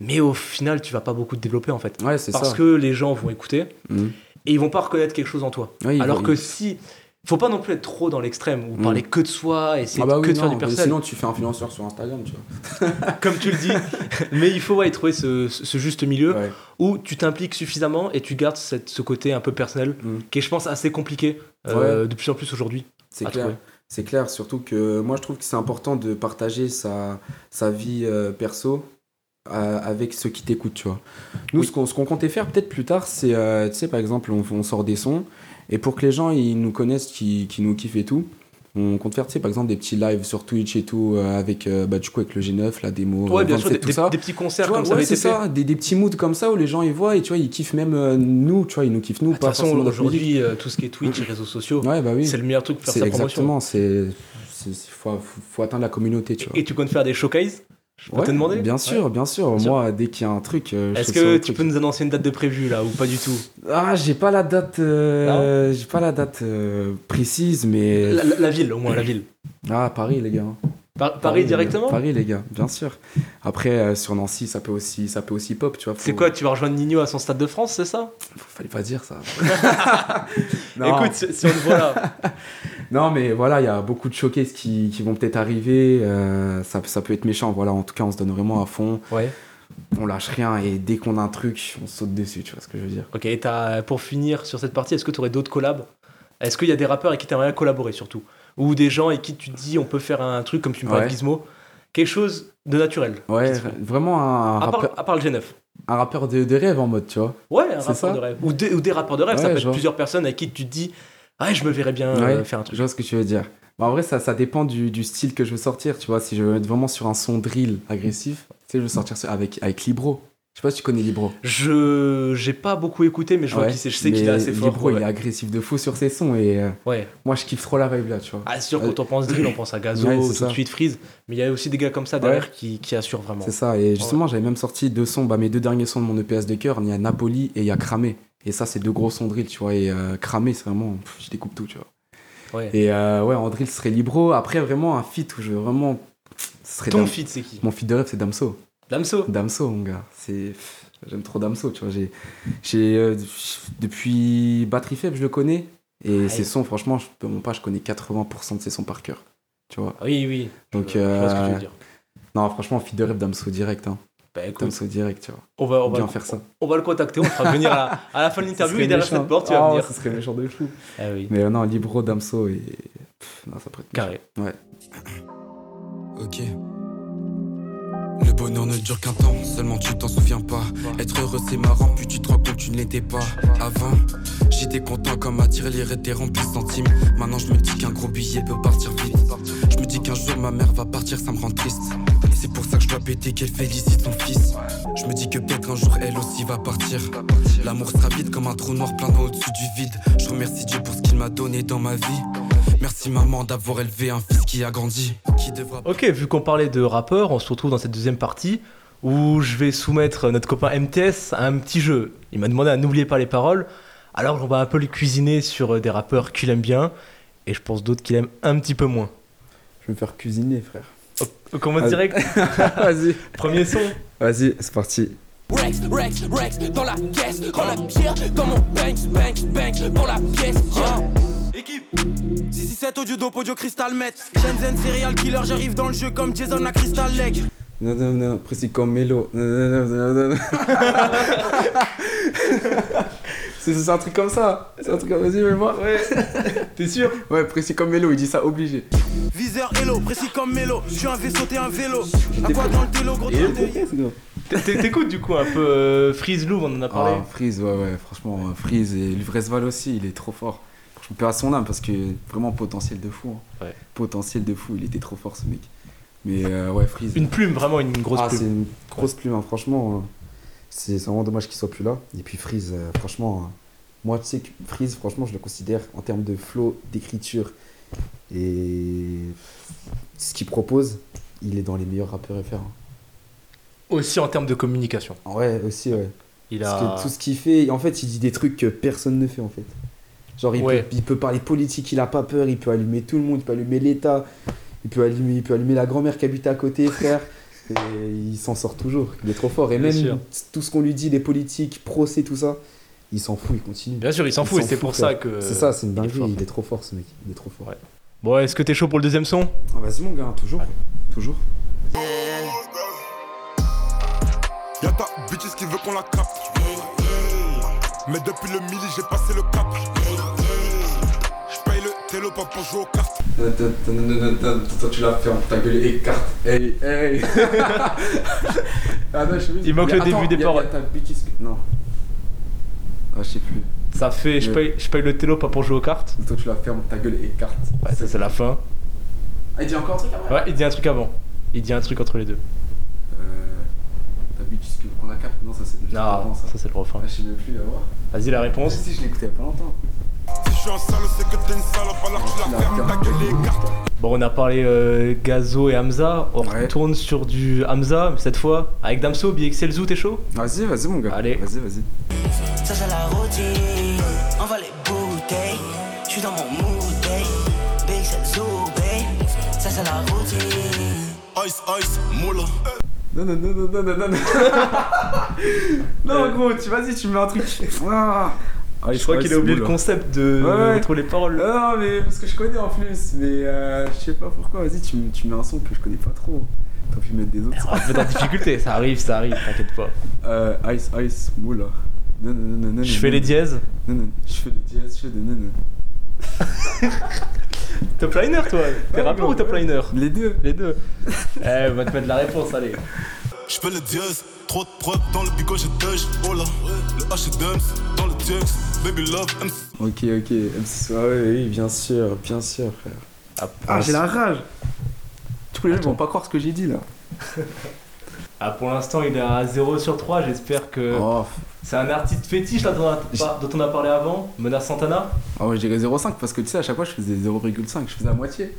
Speaker 1: Mais au final, tu vas pas beaucoup te développer en fait.
Speaker 3: Ouais, c'est
Speaker 1: Parce
Speaker 3: ça.
Speaker 1: que les gens vont écouter
Speaker 3: Mm.
Speaker 1: et ils vont pas reconnaître quelque chose en toi.
Speaker 3: Ouais, il-
Speaker 1: Alors
Speaker 3: il-
Speaker 1: que si Faut pas non plus être trop dans l'extrême ou
Speaker 3: Mm.
Speaker 1: parler que de soi et essayer
Speaker 3: Ah bah
Speaker 1: que
Speaker 3: oui,
Speaker 1: de faire
Speaker 3: non,
Speaker 1: du
Speaker 3: mais
Speaker 1: personnel.
Speaker 3: sinon tu fais influenceur sur Instagram, tu vois.
Speaker 1: Comme tu le
Speaker 3: [LAUGHS]
Speaker 1: dis. Mais il faut ouais, trouver ce, ce juste milieu
Speaker 3: Ouais.
Speaker 1: où tu t'impliques suffisamment et tu gardes cette- ce côté un peu personnel
Speaker 3: Mm.
Speaker 1: qui est, je pense, assez compliqué euh, de plus en plus aujourd'hui.
Speaker 3: C'est
Speaker 1: à
Speaker 3: clair.
Speaker 1: trouver.
Speaker 3: C'est clair, surtout que moi je trouve que c'est important de partager sa, sa vie euh, perso euh, avec ceux qui t'écoutent, tu vois. Nous,
Speaker 1: Oui.
Speaker 3: ce qu'on ce qu'on comptait faire peut-être plus tard, c'est, euh, tu sais, par exemple, on, on sort des sons, et pour que les gens ils nous connaissent, qui, qui nous kiffent et tout, on compte faire, tu sais, par exemple, des petits lives sur Twitch et tout, euh, avec, euh, bah, du coup, avec le G9, la démo,
Speaker 1: Ouais,
Speaker 3: euh,
Speaker 1: bien sûr,
Speaker 3: 27,
Speaker 1: des,
Speaker 3: tout
Speaker 1: des-
Speaker 3: ça.
Speaker 1: des petits concerts
Speaker 3: Tu vois,
Speaker 1: comme ça
Speaker 3: ouais,
Speaker 1: avait
Speaker 3: c'est
Speaker 1: été fait.
Speaker 3: ça, des, des petits moods comme ça où les gens ils voient et tu vois, ils kiffent même euh, nous, tu vois, ils nous kiffent nous,
Speaker 1: Ah, De toute
Speaker 3: pas
Speaker 1: façon,
Speaker 3: forcément notre
Speaker 1: aujourd'hui, euh, tout ce qui est Twitch et réseaux sociaux,
Speaker 3: musique. Ouais, bah oui.
Speaker 1: c'est le meilleur truc pour faire
Speaker 3: C'est
Speaker 1: sa promotion.
Speaker 3: exactement, c'est c'est- c'est- faut, faut, faut atteindre la communauté, tu vois.
Speaker 1: Et tu comptes faire des showcases Je peux
Speaker 3: Ouais,
Speaker 1: te demander
Speaker 3: Bien
Speaker 1: Ouais.
Speaker 3: sûr, bien sûr.
Speaker 1: Bien sûr.
Speaker 3: Moi, dès qu'il y a un truc, euh, je
Speaker 1: Est-ce
Speaker 3: saute sur
Speaker 1: que
Speaker 3: le
Speaker 1: tu
Speaker 3: truc.
Speaker 1: peux nous annoncer une date de prévue là ou pas du tout
Speaker 3: Ah, j'ai pas la date, euh, j'ai pas la date euh, précise, mais
Speaker 1: la, la- la ville, au moins la ville.
Speaker 3: ah Paris les gars.
Speaker 1: Par- Paris, directement
Speaker 3: Paris les gars, bien sûr. Après euh, sur Nancy, ça peut aussi, ça peut aussi pop, tu vois. faut-
Speaker 1: C'est quoi Tu vas rejoindre Nino à son stade de France, c'est ça
Speaker 3: Fallait pas dire
Speaker 1: [LAUGHS]
Speaker 3: ça. Non.
Speaker 1: Écoute, si si on le voit
Speaker 3: [LAUGHS]
Speaker 1: là,
Speaker 3: Non, mais voilà, il y a beaucoup de showcases qui, qui vont peut-être arriver. euh, ça, ça peut être méchant. Voilà, en tout cas, on se donne vraiment à fond.
Speaker 1: ouais.
Speaker 3: On lâche rien et dès qu'on a un truc, on saute dessus. Tu vois ce que je veux dire
Speaker 1: Ok, et t'as- pour finir sur cette partie, est-ce que tu aurais d'autres collabs Est-ce qu'il y a des rappeurs avec qui t'aimerais collaborer surtout Ou des gens avec qui tu te dis on peut faire un truc comme tu me parlais de
Speaker 3: Ouais.
Speaker 1: Gizmo Quelque chose de naturel.
Speaker 3: Ouais,
Speaker 1: qui se fait.
Speaker 3: vraiment un,
Speaker 1: À part,
Speaker 3: rappeur,
Speaker 1: à part le G9.
Speaker 3: un rappeur de, de rêve en mode, tu vois.
Speaker 1: Ouais, un
Speaker 3: C'est
Speaker 1: rappeur
Speaker 3: ça
Speaker 1: de rêve. Ou, des- ou des rappeurs de rêve,
Speaker 3: Ouais,
Speaker 1: ça peut
Speaker 3: je
Speaker 1: être
Speaker 3: vois.
Speaker 1: plusieurs personnes à qui tu te dis Ah, je me verrais bien euh,
Speaker 3: Ouais.
Speaker 1: faire un truc.
Speaker 3: Je vois ce que tu veux dire. Bah, en vrai, ça, ça dépend du, du style que je veux sortir, tu vois. Si je veux être vraiment sur un son drill agressif, tu sais, je veux sortir sur- avec, avec Libro. Je sais pas si tu connais Libro.
Speaker 1: Je j'ai pas beaucoup écouté, mais je vois
Speaker 3: Ouais,
Speaker 1: qui c'est. Je sais
Speaker 3: mais
Speaker 1: qu'il est assez fort.
Speaker 3: Libro,
Speaker 1: ouais.
Speaker 3: il est agressif de fou sur ses sons et euh,
Speaker 1: Ouais.
Speaker 3: moi, je kiffe trop la vibe là, tu vois.
Speaker 1: Ah, c'est sûr, quand on pense drill, on
Speaker 3: [CLEARS THROAT]
Speaker 1: pense à Gazo,
Speaker 3: Euh, Ouais, c'est
Speaker 1: tout
Speaker 3: ça.
Speaker 1: de suite Freeze. Mais il y a aussi des gars comme ça derrière qui, qui assurent vraiment.
Speaker 3: C'est ça, et justement, j'avais même sorti deux sons, bah, mes deux derniers sons de mon EPS de cœur, il y a Napoli et il y a Cramé. Et ça, c'est deux gros sons drill, tu vois. Et euh, Cramé, c'est vraiment, pff, je découpe tout, tu vois.
Speaker 1: Ouais.
Speaker 3: Et euh, ouais, en drill, ce serait Libro. Après, vraiment, un feat où je veux vraiment. Ce serait
Speaker 1: Ton
Speaker 3: Dam-
Speaker 1: feed, c'est qui
Speaker 3: Mon feat de rêve, c'est Damso.
Speaker 1: Damso
Speaker 3: Damso, mon gars. C'est. pff, J'aime trop Damso, tu vois. J'ai. j'ai, euh, depuis Batterie Faible, je le connais. Et
Speaker 1: Ouais.
Speaker 3: ses sons, franchement, je peux mon pas, je connais 80% de ses sons par cœur. Tu vois.
Speaker 1: Oui, oui.
Speaker 3: Donc,
Speaker 1: je, je vois ce que tu
Speaker 3: euh,
Speaker 1: veux dire.
Speaker 3: Non, franchement, feat de rêve, Damso direct. Hein.
Speaker 1: Bah, écoute,
Speaker 3: Damso direct, tu vois.
Speaker 1: on va, on, va,
Speaker 3: Bien faire ça.
Speaker 1: on va le contacter, on te fera venir à la, à la fin
Speaker 3: [LAUGHS]
Speaker 1: de l'interview
Speaker 3: Ce
Speaker 1: et
Speaker 3: serait
Speaker 1: derrière
Speaker 3: méchant.
Speaker 1: cette porte, tu vas
Speaker 3: Ah,
Speaker 1: venir.
Speaker 3: Ce serait méchant de fou.
Speaker 1: Ah oui,
Speaker 3: Mais euh, non, Libro, Damso et. Pff, non, ça pourrait être
Speaker 1: carré.
Speaker 2: Ok. Le bonheur ne dure qu'un temps, seulement tu t'en souviens pas. Être heureux c'est marrant, puis tu te rends compte que tu ne l'étais pas. Avant, j'étais content comme ma tirelire était remplie de centimes. Maintenant je me dis qu'un gros billet peut partir vite. Je me dis qu'un jour ma mère va partir, ça me rend triste. C'est pour ça que je dois péter qu'elle félicite son fils. Je me dis que peut-être un jour elle aussi va partir. L'amour sera vide comme un trou noir planant au-dessus du vide. Je remercie Dieu pour ce qu'il m'a donné dans ma vie. Merci maman d'avoir élevé un fils qui a grandi, qui devra
Speaker 1: Ok, vu qu'on parlait de rappeurs, on se retrouve dans cette deuxième partie où je vais soumettre notre copain MTS à un petit jeu. Il m'a demandé à n'oublier pas les paroles, alors on va un peu le cuisiner sur euh, des rappeurs qu'il aime bien et je pense d'autres qu'il aime un petit peu moins.
Speaker 3: Je vais me faire cuisiner, frère.
Speaker 1: Donc on va
Speaker 3: Vas-y.
Speaker 1: direct,
Speaker 3: [LAUGHS] Vas-y.
Speaker 1: premier son.
Speaker 3: Vas-y, c'est parti.
Speaker 4: Rex, Rex, Rex, dans la caisse, rends la pierre, dans mon banks, banks, banks, pour la pièce, yeah.
Speaker 2: Équipe 667 audio dope audio crystal meth Shenzhen serial killer j'arrive dans le jeu comme Jason à Crystal Lake
Speaker 3: Non, non, non, précis comme Mélo. Non, non, non, [LAUGHS] non, non. c'est c'est un truc comme ça. C'est un truc comme Vas-y, vais voir. Ouais. [LAUGHS] T'es sûr Ouais, précis comme Mélo, il dit ça obligé.
Speaker 2: Viseur hello précis comme Melo Je suis un vaisseau t'es un vélo Un quoi dans le télo gros dans le télo.
Speaker 1: T'é- t'é- T'écoutes du coup un peu euh, Freeze Lou, on en a parlé.
Speaker 3: Ah, Freeze, ouais, ouais, franchement, euh, Freeze et Luvresval aussi, il est trop fort. Franchement, peux à son âme parce que vraiment potentiel de fou. hein.
Speaker 1: Ouais.
Speaker 3: Potentiel de fou, il était trop fort ce mec. Mais euh, ouais, Freeze.
Speaker 1: Une plume, vraiment une grosse
Speaker 3: ah, c'est
Speaker 1: plume.
Speaker 3: une grosse plume, hein, franchement. euh, C'est c'est vraiment dommage qu'il soit plus là. Et puis Freeze, euh, franchement, euh, moi, tu sais que Freeze, franchement, je le considère en termes de flow, d'écriture et ce qu'il propose, il est dans les meilleurs rappeurs FR. hein.
Speaker 1: Aussi en termes de communication.
Speaker 3: Ouais, aussi, ouais.
Speaker 1: Il
Speaker 3: Parce
Speaker 1: a.
Speaker 3: que tout ce qu'il fait, en fait, il dit des trucs que personne ne fait, en fait. Genre, il,
Speaker 1: Ouais.
Speaker 3: peut, il peut parler politique, il a pas peur, il peut allumer tout le monde, il peut allumer l'État, il peut allumer, il peut allumer la grand-mère qui habite à côté,
Speaker 1: [LAUGHS]
Speaker 3: frère. Et il s'en sort toujours, il est trop fort. Et
Speaker 1: Bien
Speaker 3: même
Speaker 1: sûr.
Speaker 3: tout ce qu'on lui dit, les politiques, procès, tout ça,
Speaker 5: il s'en fout, il continue.
Speaker 1: Bien sûr, il s'en
Speaker 5: Il
Speaker 1: fout et
Speaker 5: s'en
Speaker 1: c'est
Speaker 5: fout,
Speaker 1: pour
Speaker 5: quoi.
Speaker 1: ça que. euh,
Speaker 5: C'est ça, c'est une
Speaker 1: il est fort.
Speaker 5: dinguerie. Il est trop fort, ce mec. Il est trop fort.
Speaker 1: Ouais. Bon, est-ce que t'es chaud pour le deuxième son
Speaker 3: Ah, Vas-y, mon gars, toujours. Toujours.
Speaker 6: Y'a ta bitches qui veut qu'on la capte. Mais depuis le mili, j'ai passé le cap. J'paye le télo pas pour jouer aux cartes.
Speaker 3: Toi, tu l'as fait en ta gueule écarte. Hey,
Speaker 1: [LAUGHS]
Speaker 3: hey. ah non, je sais plus.
Speaker 1: Il manque
Speaker 3: Mais
Speaker 1: le début
Speaker 3: attends,
Speaker 1: des
Speaker 3: y a-
Speaker 1: paroles.
Speaker 3: y a ta bitch is- Non. Ah, je sais plus.
Speaker 1: Ça fait je
Speaker 3: Ouais.
Speaker 1: paye, je paye le télo pas pour jouer aux cartes.
Speaker 3: Toi, tu la fermes, ta gueule écarte.
Speaker 1: Ouais, ça c'est la fin.
Speaker 3: Ah, il dit encore un truc après
Speaker 1: Ouais, il dit un truc avant. Il dit un truc entre les deux.
Speaker 3: Euh. Ta bitch is- qu'on la capte Non, ça c'est c'est
Speaker 1: Non,
Speaker 3: avant, ça.
Speaker 1: ça c'est le refrain.
Speaker 3: Ah, je sais même plus, à voir.
Speaker 1: Vas-y, la réponse.
Speaker 3: Si, si, je l'écoutais il y a pas longtemps.
Speaker 6: Si j'suis un sale, c'est que t'es une salope. Alors tu la fermes, ta gueule est écarte.
Speaker 1: Bon, on a parlé euh, Gazo et Hamza. On
Speaker 3: Ouais.
Speaker 1: retourne sur du Hamza, mais cette fois avec Damso, BXL Zoo, t'es chaud
Speaker 3: Vas-y, vas-y, mon gars.
Speaker 1: Allez.
Speaker 3: Vas-y, vas-y.
Speaker 7: Ça c'est la routine, on va les bouteilles, je suis dans mon mood, hey. Big c'est le zoo, babe. ça c'est la routine.
Speaker 6: Ice, ice, moula.
Speaker 3: Non, non, non, non, non, non, non, [LAUGHS] non. non, gros, tu vas-y, tu me mets un [LAUGHS] truc. Ah, Ah,
Speaker 1: Je crois qu'il a oublié le
Speaker 3: con.
Speaker 1: concept de
Speaker 3: Ouais, ouais.
Speaker 1: retrouver les
Speaker 3: [LAUGHS]
Speaker 1: paroles.
Speaker 3: Ah Non, non, mais parce que je connais en plus, mais euh, je sais pas pourquoi. Vas-y, tu, me- tu mets un son que je connais pas trop. T'as pu mettre des autres.
Speaker 1: On va te mettre Ah, en difficulté, ça arrive, ça arrive, t'inquiète
Speaker 3: [LAUGHS]
Speaker 1: pas.
Speaker 3: Euh, ice, ice, moula. Non, non, non, non, non,
Speaker 1: Je
Speaker 3: non,
Speaker 1: fais
Speaker 3: non.
Speaker 1: les dièses.
Speaker 3: Non, non, je fais les dièses, je fais des non, non.
Speaker 1: Top liner, toi T'es
Speaker 3: Ouais,
Speaker 1: rappeur
Speaker 3: ouais.
Speaker 1: ou top liner
Speaker 3: Les deux.
Speaker 1: Les deux. eh, on va te mettre la réponse, allez.
Speaker 6: J'fais le dièse, trop de preuves dans le bigot, j'ai deuge. Oh là, le H et Dums, dans le Dux, baby love, MC.
Speaker 3: Ok, ok. MC ouais, ouais, oui, bien sûr, bien sûr, frère. Ah, j'ai la rage. Tous les gens vont pas croire ce que j'ai dit là.
Speaker 1: Ah, pour l'instant, il est à 0 sur 3. J'espère que.
Speaker 3: Oh,
Speaker 1: C'est un artiste fétiche là, dont, on a, dont on a parlé avant, Menace Santana.
Speaker 3: Ah ouais, je dirais 0,5 parce que tu sais, à chaque fois je faisais 0,5, je faisais la moitié.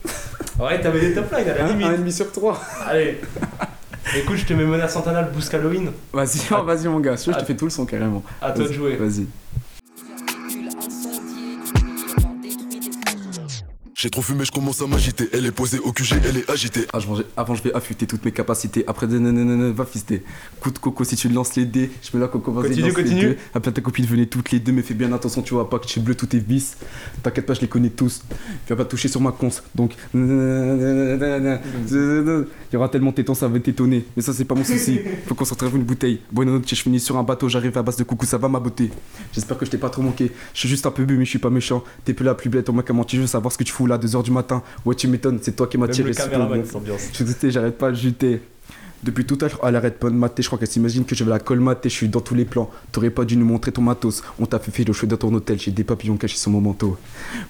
Speaker 3: Hein
Speaker 1: Ouais, t'avais des top lines à la
Speaker 3: Un- un
Speaker 1: limite.
Speaker 3: demi sur 3.
Speaker 1: Allez. Écoute, je te mets Menace Santana, le boost Halloween.
Speaker 3: Vas-y, [LAUGHS] oh, vas-y mon gars, si tu veux, je te fais tout le son carrément.
Speaker 1: À toi de
Speaker 3: Vas-y,
Speaker 1: jouer.
Speaker 3: Vas-y.
Speaker 6: J'ai trop fumé, j'commence à m'agiter. Elle est posée au QG, elle est agitée.
Speaker 3: Ah, je mangeais- Avant, je vais affûter toutes mes capacités. Après, de nanana, va fister. Coup de coco si tu lances les dés. Je mets la coco, vas-y,
Speaker 1: Continue,
Speaker 3: lance
Speaker 1: continue.
Speaker 3: les deux. Appelle ta copine, venez toutes les deux. Mais fais bien attention, tu vois pas que chez bleu tout est vice. T'inquiète pas, je les connais tous. Viens pas toucher sur ma conce. Donc, nanana, il y aura tellement de tétons, ça va t'étonner. Mais ça, c'est pas
Speaker 1: [LAUGHS]
Speaker 3: mon souci. Faut qu'on se retrouve une bouteille. Bonne note, je finis sur un bateau. J'arrive à base de coucou, ça va ma beauté. J'espère que je t'ai pas trop manqué. Je suis juste un peu bu, mais je suis pas méchant. T'es plus la plus bête. On m'a comment tu veux savoir ce que tu fous là, 2h du matin. Ouais, tu m'étonnes, c'est toi qui m'as
Speaker 1: Même
Speaker 3: tiré.
Speaker 1: le
Speaker 3: super
Speaker 1: caméraman,
Speaker 3: bon.
Speaker 1: cette ambiance.
Speaker 3: Je sais, j'arrête pas de juter. Depuis tout à l'heure, elle arrête pas de mater. Je crois qu'elle s'imagine que je vais la colmater. Je suis dans tous les plans. T'aurais pas dû nous montrer ton matos. On t'a fait filer au chaud dans ton hôtel. J'ai des papillons cachés sur mon manteau.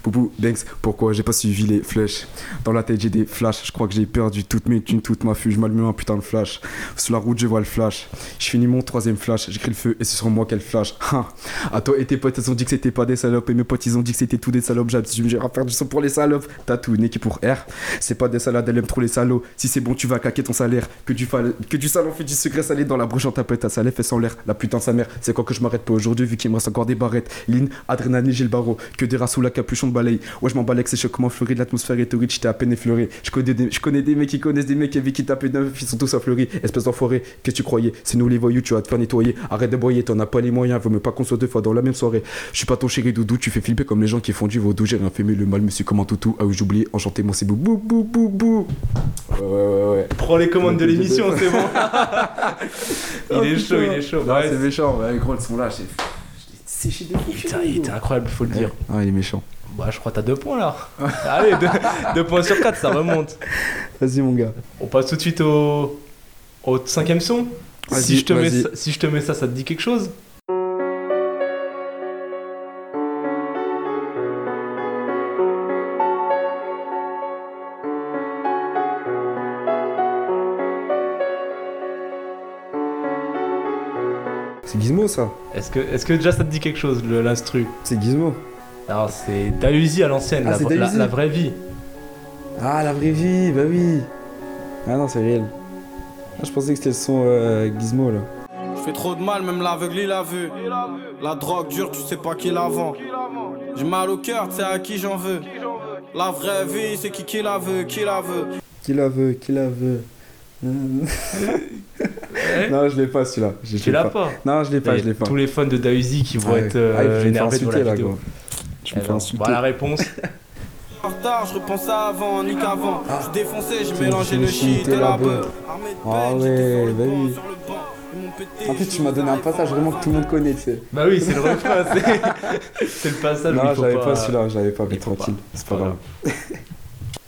Speaker 3: Boubou, Banks, pourquoi j'ai pas suivi les flèches Dans la tête, j'ai des flashs. Je crois que j'ai perdu toutes mes thunes, toute ma fuge. Je m'allume un putain de flash. Sur la route, je vois le flash. Je finis mon troisième flash. J'écris le feu et c'est sur moi qu'elle flash. Ha à toi et tes potes, ils ont dit que c'était pas des salopes. Et mes potes, ils ont dit que c'était tout des salopes. J'ai dit, j'ai à faire du son pour les salopes. T'as tout, Nicky pour R. C'est pas des salades, elle aime trop les salauds. Si c'est bon, tu vas claquer ton salaire. Que du, fal- que du salon fait du secret salé dans la bouche, en tapette. Ta salée fait sans l'air. La putain de sa mère, c'est quand que je m'arrête pas aujourd'hui, vu qu'il me reste encore des barrettes. Lynn, adrénaline, j'ai le barreau. Que des rats sous la capuchon de balaye. Ouais, je m'emballe avec ces chocs, comment fleurit l'atmosphère est torride, j'étais à peine effleuré. Je connais, des... je connais des mecs qui connaissent des mecs qui vu qui tapent neuf, ils sont tous affleuris. Espèce d'enfoiré, qu'est-ce que tu croyais C'est nous les voyous, tu vas te faire nettoyer. Arrête de boyer, t'en as pas les moyens, vaut mieux pas qu'on soit deux fois dans la même soirée. Je suis pas ton chéri doudou, tu fais flipper comme les gens qui font du vaudou. J'ai rien fait, mais le mal me suit comme un toutou. Ah oui, j'oublie, enchanté, mon c'est bou bou bou bou bou. Ouais, ouais, ouais, ouais.
Speaker 1: Prends les commandes de l'émission, c'est [LAUGHS]
Speaker 3: [LAUGHS]
Speaker 1: bon. il
Speaker 3: Oh,
Speaker 1: est chaud, il
Speaker 3: putain.
Speaker 1: est chaud.
Speaker 3: Non,
Speaker 1: Ouais,
Speaker 3: c'est méchant, ouais, gros, ils sont là, c'est. Séché de fou.
Speaker 1: Putain, il était incroyable, faut le dire.
Speaker 3: Ah, il est méchant.
Speaker 1: Bah, je crois que t'as deux points
Speaker 3: [LAUGHS]
Speaker 1: là. Allez, deux, deux points sur quatre, ça remonte.
Speaker 3: Vas-y, mon gars.
Speaker 1: On passe tout de suite au, au cinquième son.
Speaker 3: Vas-y,
Speaker 1: Si je, te mets
Speaker 3: vas-y.
Speaker 1: ça, si je te mets ça, ça te dit quelque chose
Speaker 3: C'est Gizmo, ça.
Speaker 1: Est-ce que, est que déjà ça te dit quelque chose, le- l'instru
Speaker 3: C'est Gizmo.
Speaker 1: Alors, c'est Dalusi à l'ancienne,
Speaker 3: Ah,
Speaker 1: la,
Speaker 3: c'est
Speaker 1: vra- la-
Speaker 3: Dalhousie.
Speaker 1: la vraie vie.
Speaker 3: Ah, la vraie vie, bah oui. Ah non, c'est réel. Ah, je pensais que c'était le son euh, Gizmo là.
Speaker 8: Je fais trop de mal, même l'aveugle il a vu. La drogue dure, tu sais pas qui la vend. J'ai mal au cœur, tu sais à qui j'en veux. La vraie vie, c'est qui qui la veut, qui la veut.
Speaker 3: [LAUGHS] Qui la veut, qui la veut. Nanana. Non, je l'ai pas celui-là. Je
Speaker 5: Tu
Speaker 3: l'ai
Speaker 5: l'as pas.
Speaker 3: Non, je l'ai pas, Ah,
Speaker 5: Et
Speaker 3: je l'ai pas.
Speaker 5: Tous les fans de Daisy qui vont
Speaker 3: Ouais.
Speaker 5: être euh,
Speaker 3: Ah, je vais me faire
Speaker 5: énervés devant la
Speaker 3: insulter, là,
Speaker 5: vidéo. Eh ben,
Speaker 3: gros. Je me fais
Speaker 1: bah,
Speaker 5: Alors,
Speaker 3: insulter.
Speaker 5: voilà la réponse.
Speaker 8: En retard, je repensais avant, ni qu'avant. Je défonçais, je
Speaker 3: putain,
Speaker 8: mélangeais
Speaker 3: je Ah. me
Speaker 8: le
Speaker 3: suis
Speaker 8: shit
Speaker 3: imité
Speaker 8: et la
Speaker 3: la
Speaker 8: beurre.
Speaker 3: bonne. Ah ouais, bah oui. En fait, tu m'as donné un passage vraiment que tout le monde connaît, tu sais.
Speaker 5: bah oui,
Speaker 3: [LAUGHS]
Speaker 5: c'est le refrain. c'est- C'est le passage. où il
Speaker 3: Non,
Speaker 5: faut
Speaker 3: je l'avais pas
Speaker 5: pas
Speaker 3: celui-là, je l'avais pas, mais
Speaker 5: il faut
Speaker 3: tranquille, c'est pas
Speaker 5: Voilà.
Speaker 3: grave.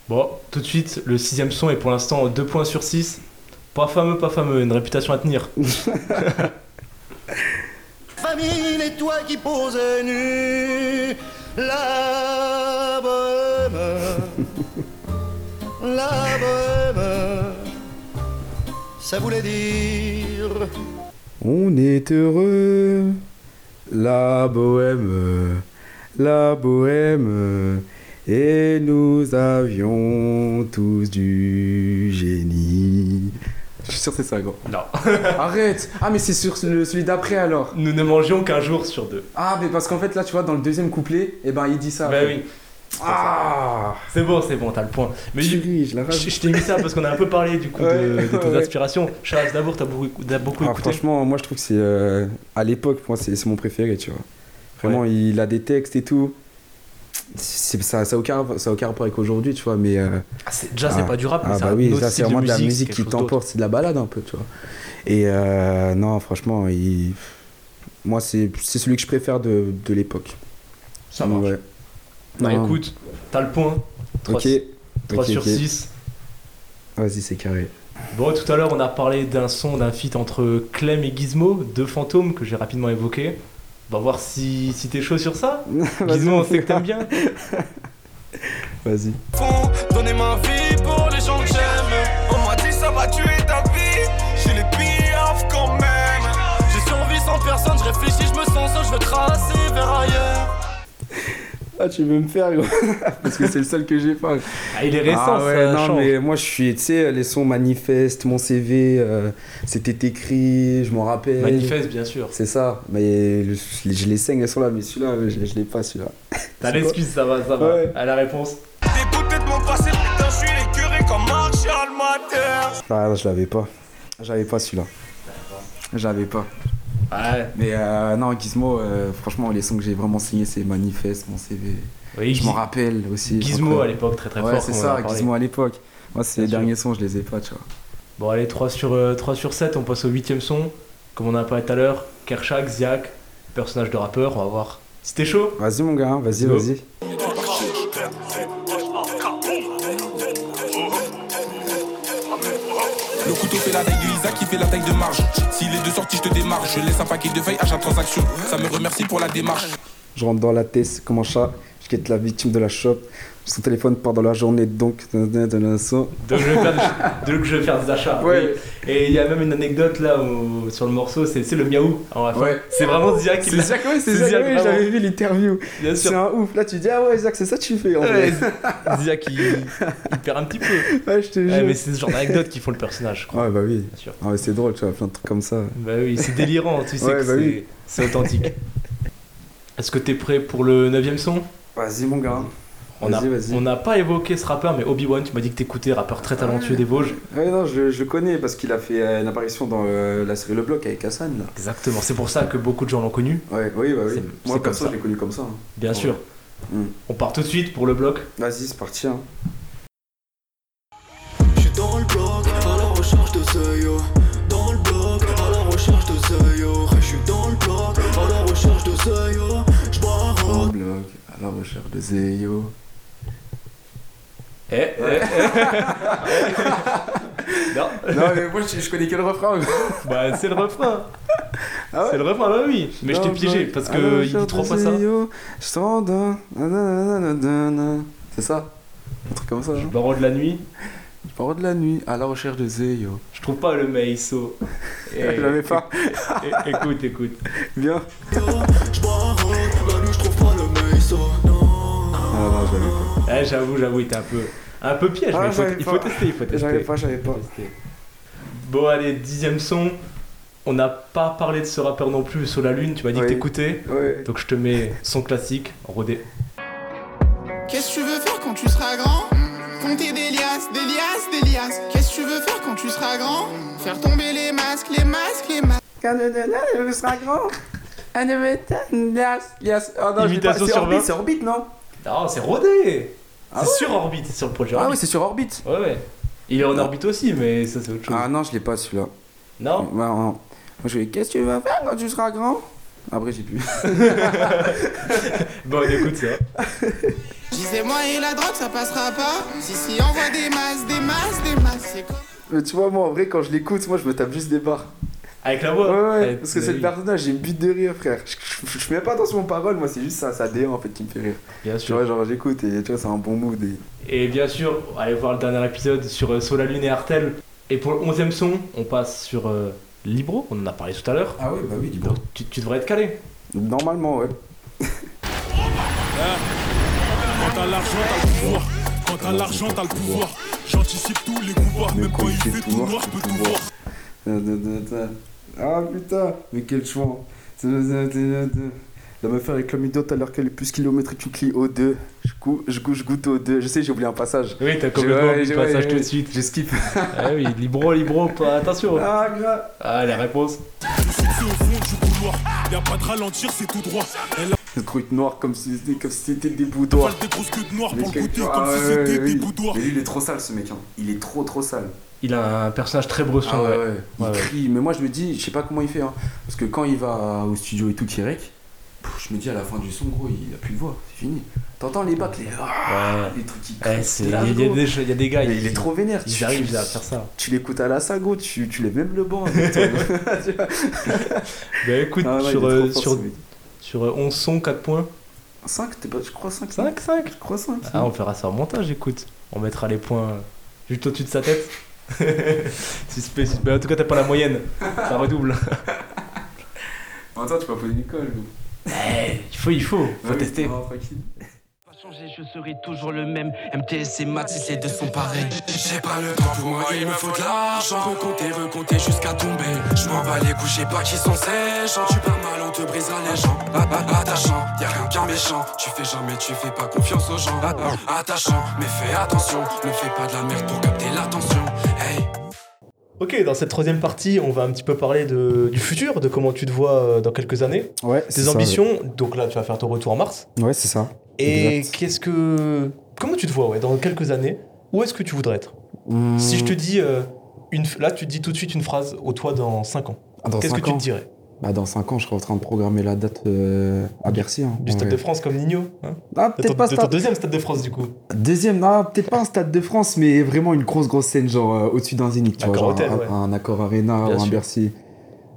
Speaker 5: Bon, tout de suite, le sixième son est pour l'instant 2 points sur 6. Pas fameux, pas fameux, une réputation à tenir.
Speaker 6: Famille, et toi qui poses nu La bohème La bohème Ça voulait dire
Speaker 3: On est heureux, la bohème, la bohème, et nous avions tous du génie.
Speaker 1: Je suis sûr que c'est ça, gros.
Speaker 5: Non.
Speaker 1: [LAUGHS] Arrête Ah, mais c'est sur le- celui d'après alors
Speaker 5: Nous ne mangions qu'un jour sur deux.
Speaker 1: Ah, mais parce qu'en fait, là, tu vois, dans le deuxième couplet, eh ben, il dit ça.
Speaker 5: bah oui,
Speaker 1: Ah
Speaker 5: c'est bon, c'est bon, t'as le point. Mais
Speaker 3: Tu
Speaker 5: je,
Speaker 3: ris, je la rage.
Speaker 5: je- je t'ai mis ça parce qu'on a un peu parlé du coup de,
Speaker 1: Ouais,
Speaker 5: de tes
Speaker 1: ouais.
Speaker 5: inspirations. Charles, d'abord, t'as beaucoup, t'as beaucoup
Speaker 3: Ah,
Speaker 5: écouté.
Speaker 3: franchement, moi je trouve que c'est. euh, à l'époque, moi c'est c'est mon préféré, tu vois. Vraiment, il a des textes et tout. C'est- Ça n'a ça a aucun, ça a aucun rapport avec aujourd'hui, tu vois, mais. euh,
Speaker 5: Ah, c'est- déjà, c'est
Speaker 3: Ah.
Speaker 5: pas du rap, mais
Speaker 3: Ah
Speaker 5: c'est
Speaker 3: bah
Speaker 5: un
Speaker 3: oui,
Speaker 5: autre
Speaker 3: ça c'est
Speaker 5: style
Speaker 3: vraiment de la
Speaker 5: musique,
Speaker 3: musique
Speaker 5: quelque
Speaker 3: qui
Speaker 5: chose d'autre.
Speaker 3: t'emporte, c'est de la balade un peu, tu vois. Et euh, non, franchement, il... moi c'est c'est celui que je préfère de, de l'époque.
Speaker 5: Ça marche.
Speaker 3: Ouais.
Speaker 5: Bah
Speaker 3: Non,
Speaker 5: écoute, t'as le point. 3,
Speaker 3: ok. ok,
Speaker 5: sur
Speaker 3: ok.
Speaker 5: 6.
Speaker 3: Vas-y, c'est carré.
Speaker 5: Bon, tout à l'heure, on a parlé d'un son, d'un feat entre Clem et Gizmo, deux fantômes que j'ai rapidement évoqués. On va voir si, si t'es chaud sur
Speaker 3: [LAUGHS]
Speaker 5: ça. Gizmo, on sait que t'aimes bien.
Speaker 3: Vas-y.
Speaker 9: fond, donner ma vie pour les gens que j'aime. On m'a dit ça va tuer ta vie, j'ai les piaf quand même. J'ai survécu sans personne, je réfléchis, je me sens seul, je veux tracer vers ailleurs.
Speaker 3: Ah, tu veux me faire, gros [LAUGHS] Parce que c'est le seul que j'ai pas.
Speaker 5: Ah, il est récent,
Speaker 3: ah ouais,
Speaker 5: ça
Speaker 3: non,
Speaker 5: change.
Speaker 3: mais moi je suis, tu sais, les sons manifestes, mon CV, euh, c'était écrit, je m'en rappelle.
Speaker 5: Manifeste, bien sûr.
Speaker 3: C'est ça, mais le- je les saigne, elles sont là, mais celui-là, je, je l'ai pas celui-là.
Speaker 5: T'as l'excuse, ça va, ça va.
Speaker 3: Ouais.
Speaker 5: À la réponse.
Speaker 9: Des bouteilles de mon passé, putain, je suis écœuré comme Marc Charles Mater.
Speaker 3: Ah, je l'avais pas. J'avais pas celui-là.
Speaker 1: J'avais pas.
Speaker 5: Ouais.
Speaker 1: Mais euh, non, Gizmo, euh, franchement, les sons que j'ai vraiment signés, c'est Manifeste, mon CV.
Speaker 5: Oui,
Speaker 1: Je
Speaker 5: Giz-
Speaker 1: m'en rappelle aussi.
Speaker 5: Gizmo à
Speaker 1: Après-
Speaker 5: l'époque, très très
Speaker 1: Ouais,
Speaker 5: fort.
Speaker 1: c'est
Speaker 5: comme on en a
Speaker 1: ça,
Speaker 5: parlé.
Speaker 1: Gizmo à l'époque. Moi, ces
Speaker 5: Bien sûr.
Speaker 1: derniers sons, je les ai pas, tu vois.
Speaker 5: Bon, allez, 3 sur, 3 sur 7, on passe au 8 son. Comme on en a parlé tout à l'heure, Kershak, Ziak, personnage de rappeur, on va voir. Si t'es chaud
Speaker 3: Vas-y, mon gars, hein, vas-y,
Speaker 5: Go.
Speaker 3: vas-y.
Speaker 9: Le couteau fait la taille de Isaac, il fait la taille de marge. Si les deux sorties, je te démarre. Je laisse un paquet de feuilles à chaque transaction. Ça me remercie pour la démarche.
Speaker 3: Je rentre dans la tête comme un chat, je quitte la victime de la shop. Son téléphone part dans la journée, donc.
Speaker 5: Donc je vais faire des, donc je vais faire des achats.
Speaker 1: Ouais.
Speaker 5: oui. Et il y a même une anecdote là où- sur le morceau, c'est c'est le miaou. à la fin.
Speaker 1: Ouais.
Speaker 5: C'est vraiment Ziak qui l'a.
Speaker 1: Ziak, ouais,
Speaker 5: C'est Ziak,
Speaker 1: ouais,
Speaker 5: vraiment.
Speaker 1: j'avais vu l'interview.
Speaker 5: Bien
Speaker 1: C'est
Speaker 5: sûr.
Speaker 1: un ouf. Là, tu dis, ah ouais, Zach, c'est ça que tu fais. En
Speaker 5: Ouais,
Speaker 1: vrai.
Speaker 5: [LAUGHS] Ziak il, il perd un petit peu.
Speaker 1: Ouais, je te
Speaker 5: Ouais,
Speaker 1: jure.
Speaker 5: mais c'est ce genre d'anecdote qui font le personnage, je crois.
Speaker 3: Ouais, bah oui.
Speaker 5: Bien sûr.
Speaker 3: Ah, ouais, c'est drôle, tu vois, plein de trucs comme ça.
Speaker 5: Bah oui, c'est délirant, tu sais
Speaker 3: Ouais,
Speaker 5: que
Speaker 3: bah
Speaker 5: c'est-
Speaker 3: oui.
Speaker 5: c'est authentique. Est-ce que t'es prêt pour le 9 son
Speaker 3: Vas-y, mon gars.
Speaker 5: On a-
Speaker 3: Vas-y, vas-y.
Speaker 5: on n'a pas évoqué ce rappeur, mais Obi-Wan, tu m'as dit que t'écoutais, rappeur très talentueux des Vosges.
Speaker 3: Ouais, non, je, je le connais parce qu'il a fait euh, une apparition dans euh, la série Le Bloc avec Hassan, là.
Speaker 5: Exactement, c'est pour ça que beaucoup de gens l'ont connu,
Speaker 3: Ouais, oui, bah oui.
Speaker 5: C'est- c'est
Speaker 3: Moi,
Speaker 5: comme
Speaker 3: perso,
Speaker 5: ça.
Speaker 3: je l'ai connu comme ça. hein.
Speaker 5: bien sûr.
Speaker 3: Mm.
Speaker 5: On part tout de suite pour le bloc.
Speaker 3: Vas-y, c'est parti. Hein.
Speaker 6: J'suis dans le bloc, à la recherche de ce yo Dans le bloc, à la recherche de ce yo J'suis dans le bloc, à la recherche de ce yo J'barre
Speaker 1: Blog, à la recherche de Zeyo.
Speaker 5: Eh, eh, eh. non,
Speaker 1: non, mais moi, je, je connais que le refrain.
Speaker 5: bah c'est le refrain.
Speaker 1: Ah ouais Ah
Speaker 5: c'est le refrain, bah oui. Mais je t'ai piégé parce que il dit trois fois ça.
Speaker 1: Je sors d'un- nananananana. C'est ça Un truc comme ça.
Speaker 5: Je
Speaker 1: hein.
Speaker 5: baron Bah, de la nuit,
Speaker 1: Je pars de la nuit à la recherche de Zeyo.
Speaker 5: je trouve pas le maïso. Eh,
Speaker 1: Je l'avais pas.
Speaker 5: eh, écoute, écoute.
Speaker 1: Bien.
Speaker 6: J'barre La nuit j'trouve pas le meiso
Speaker 3: Ah non, je l'avais pas.
Speaker 5: Eh, j'avoue, j'avoue, il était un peu, un peu piège,
Speaker 1: Ah,
Speaker 5: mais il faut,
Speaker 1: j'avais
Speaker 5: il
Speaker 1: pas.
Speaker 5: faut tester, il faut tester.
Speaker 1: J'avais pas, j'avais
Speaker 5: Faut
Speaker 1: pas.
Speaker 5: tester. Bon, allez, dixième son. On n'a pas parlé de ce rappeur non plus sur la lune. Tu m'as dit que
Speaker 1: Oui.
Speaker 5: t'écoutais.
Speaker 1: Ouais.
Speaker 5: Donc je te mets son classique, rodé.
Speaker 10: Qu'est-ce que tu veux faire quand tu seras grand Compter des liasses, des liasses, des liasses. Qu'est-ce que tu veux faire quand tu seras grand
Speaker 11: Faire tomber les masques, les masques, les masques. Quand le sera grand. Un
Speaker 1: Yes. Oh non, j'ai pas-
Speaker 5: Imitation
Speaker 1: c'est
Speaker 5: sur
Speaker 1: Orbit,
Speaker 5: vingt.
Speaker 1: c'est Orbit, non
Speaker 5: Non, Oh, c'est rodé
Speaker 1: Ah
Speaker 5: C'est
Speaker 1: ouais
Speaker 5: sur orbite, c'est sur le projet
Speaker 1: Ah
Speaker 5: Orbit.
Speaker 1: oui, c'est sur Orbit.
Speaker 5: Ouais, ouais. Il est
Speaker 3: Ah.
Speaker 5: en orbite aussi, mais ça, c'est autre chose.
Speaker 1: Ah non, je l'ai pas celui-là.
Speaker 5: Non
Speaker 1: Ouais, non. Moi, je vais qu'est-ce que tu vas faire quand tu seras grand Après, j'ai plus.
Speaker 5: Bon, on écoute ça.
Speaker 11: Disais-moi et la drogue, ça passera pas. Si, si, envoie des masses, des masses, des masses. C'est quoi
Speaker 3: Mais tu vois, moi en vrai, quand je l'écoute, moi je me tape juste des barres.
Speaker 5: Avec la voix
Speaker 3: Ouais, ouais,
Speaker 5: Eh,
Speaker 3: parce que
Speaker 5: bah
Speaker 3: c'est le
Speaker 5: oui.
Speaker 3: personnage, j'ai une bite de rire, frère. Je, je, je mets pas attention aux paroles, moi c'est juste ça, ça dé en fait qui me fait rire.
Speaker 5: Bien
Speaker 3: Tu
Speaker 5: sûr.
Speaker 3: vois, genre j'écoute et tu vois, c'est un bon mood. Et...
Speaker 5: Et bien sûr, allez voir le dernier épisode sur euh, Sola Lune et Artel. Et pour le 11 son, on passe sur euh, Libro, on en a parlé tout à l'heure.
Speaker 1: Ah oui, bah oui, dis
Speaker 5: Donc tu, tu devrais être calé.
Speaker 3: Normalement, ouais.
Speaker 9: Quand t'as l'argent, t'as le pouvoir. Quand t'as l'argent, t'as le pouvoir. J'anticipe tous les couloirs, même quand il fait tout noir, je peux tout voir.
Speaker 3: Ah putain, mais quel chouan. La meuf avec l'homme idiot tout à l'heure qu'elle est plus kilométrique, tu cliques au 2. Je goûte, je goûte, je goûte au 2. Je sais, j'ai oublié un passage.
Speaker 5: Oui, t'as
Speaker 3: J'ai-
Speaker 5: complètement
Speaker 3: ouais,
Speaker 5: oublié le
Speaker 3: j'ai- ouais,
Speaker 5: passage
Speaker 3: ouais, [LAUGHS]
Speaker 5: tout de suite.
Speaker 3: J'ai skip.
Speaker 5: ah oui, Libro, Libro, pas- attention.
Speaker 3: Ah, grave.
Speaker 5: Ah, la réponse.
Speaker 9: C'est au fond du couloir. Y'a pas de ralentir, c'est tout droit. Elle a
Speaker 3: Cette truc noire comme si c'était comme si c'était des
Speaker 9: pas
Speaker 3: boudoirs.
Speaker 9: le dégrosse que de noir
Speaker 3: Mais
Speaker 9: pour le
Speaker 3: quel-
Speaker 9: goûter,
Speaker 3: Ah,
Speaker 9: comme si
Speaker 3: ouais,
Speaker 9: c'était
Speaker 3: ouais,
Speaker 9: des
Speaker 3: oui.
Speaker 9: boudoirs.
Speaker 3: Mais lui, il est trop sale ce mec. hein. Il est trop trop sale.
Speaker 5: Il a un personnage très bresson.
Speaker 3: Ah ouais, ouais. Il
Speaker 5: Ouais, ouais.
Speaker 3: crie. Mais moi, je me dis, je sais pas comment il fait. hein. Parce que quand il va au studio et tout, qui rec, pff, je me dis à la fin du son, gros, il a plus de voix. C'est fini. T'entends les bacs, les, ah, les trucs qui
Speaker 5: Eh,
Speaker 3: crient,
Speaker 5: c'est-
Speaker 3: là,
Speaker 5: il y, a
Speaker 3: gros.
Speaker 5: des- il y a des gars,
Speaker 3: Mais il est trop Ah vénère.
Speaker 5: Ils
Speaker 3: Tu-
Speaker 5: arrivent
Speaker 3: tu-
Speaker 5: à faire ça.
Speaker 3: Tu l'écoutes à la sago, tu, tu lèves même le banc.
Speaker 5: [LAUGHS]
Speaker 3: avec toi. Tu vois.
Speaker 5: Bah écoute,
Speaker 3: Ah ouais, il est
Speaker 5: sur,
Speaker 3: trop
Speaker 5: euh,
Speaker 3: fort,
Speaker 5: sur,
Speaker 3: ce mec.
Speaker 5: sur euh, 11 sons, 4 points.
Speaker 3: 5, t'es pas, je crois 5.
Speaker 5: 5, 5
Speaker 3: Je crois 5.
Speaker 5: Ah, on fera ça en montage, écoute. On mettra les points juste au-dessus de sa tête. [LAUGHS] Suspect, suspect. En tout cas, t'as pas la moyenne. Ça redouble.
Speaker 3: Attends, tu vas poser une colle. gros.
Speaker 5: Eh, il faut, il faut. Faut
Speaker 3: Ouais,
Speaker 5: tester.
Speaker 3: non, tranquille.
Speaker 8: changer, je serai toujours le même. MTS et Matisse, les deux sont pareils.
Speaker 2: J'ai pas le temps pour moi, il me faut de l'argent. Recompter, recompter jusqu'à tomber. Je m'en bats les couilles, j'ai pas qui sont ces gens. Tu perds mal, on te brisera les gens. Ah, ah, Attachant, y'a rien de bien méchant. Tu fais jamais, tu fais pas confiance aux gens. Ah, ah, Attachant, mais fais attention. Ne fais pas de la merde pour capter l'attention. Hey.
Speaker 5: Ok, dans cette troisième partie, on va un petit peu parler de, du futur, de comment tu te vois euh, dans quelques années,
Speaker 3: Ouais, c'est
Speaker 5: tes
Speaker 3: ça,
Speaker 5: ambitions. Donc là, tu vas faire ton retour en mars.
Speaker 3: Ouais, Ouais, c'est ça.
Speaker 5: Et
Speaker 3: Exact.
Speaker 5: qu'est-ce que. Comment tu te vois ouais, dans quelques années Où est-ce que tu voudrais être Si je
Speaker 3: Hmm.
Speaker 5: te dis. euh, une, là, tu te dis tout de suite une phrase au toi dans 5 ans.
Speaker 3: Ah, dans
Speaker 5: Qu'est-ce que
Speaker 3: cinq
Speaker 5: tu
Speaker 3: ans
Speaker 5: te dirais
Speaker 3: Bah dans 5 ans, je serai en train de programmer la date euh, à Bercy. Hein,
Speaker 5: Du
Speaker 3: en
Speaker 5: Stade
Speaker 3: vrai.
Speaker 5: de France comme Nino hein
Speaker 3: Ah,
Speaker 5: De ton,
Speaker 3: peut-être pas
Speaker 5: de ton
Speaker 3: stade.
Speaker 5: deuxième Stade de France, du coup.
Speaker 3: Deuxième, non, peut-être pas un stade de France, mais vraiment une grosse, grosse scène, genre euh, au-dessus d'un Zénith, tu vois. Genre
Speaker 5: Accord Hôtel,
Speaker 3: un,
Speaker 5: ouais.
Speaker 3: un accord Arena
Speaker 5: Bien
Speaker 3: ou un
Speaker 5: sûr.
Speaker 3: Bercy.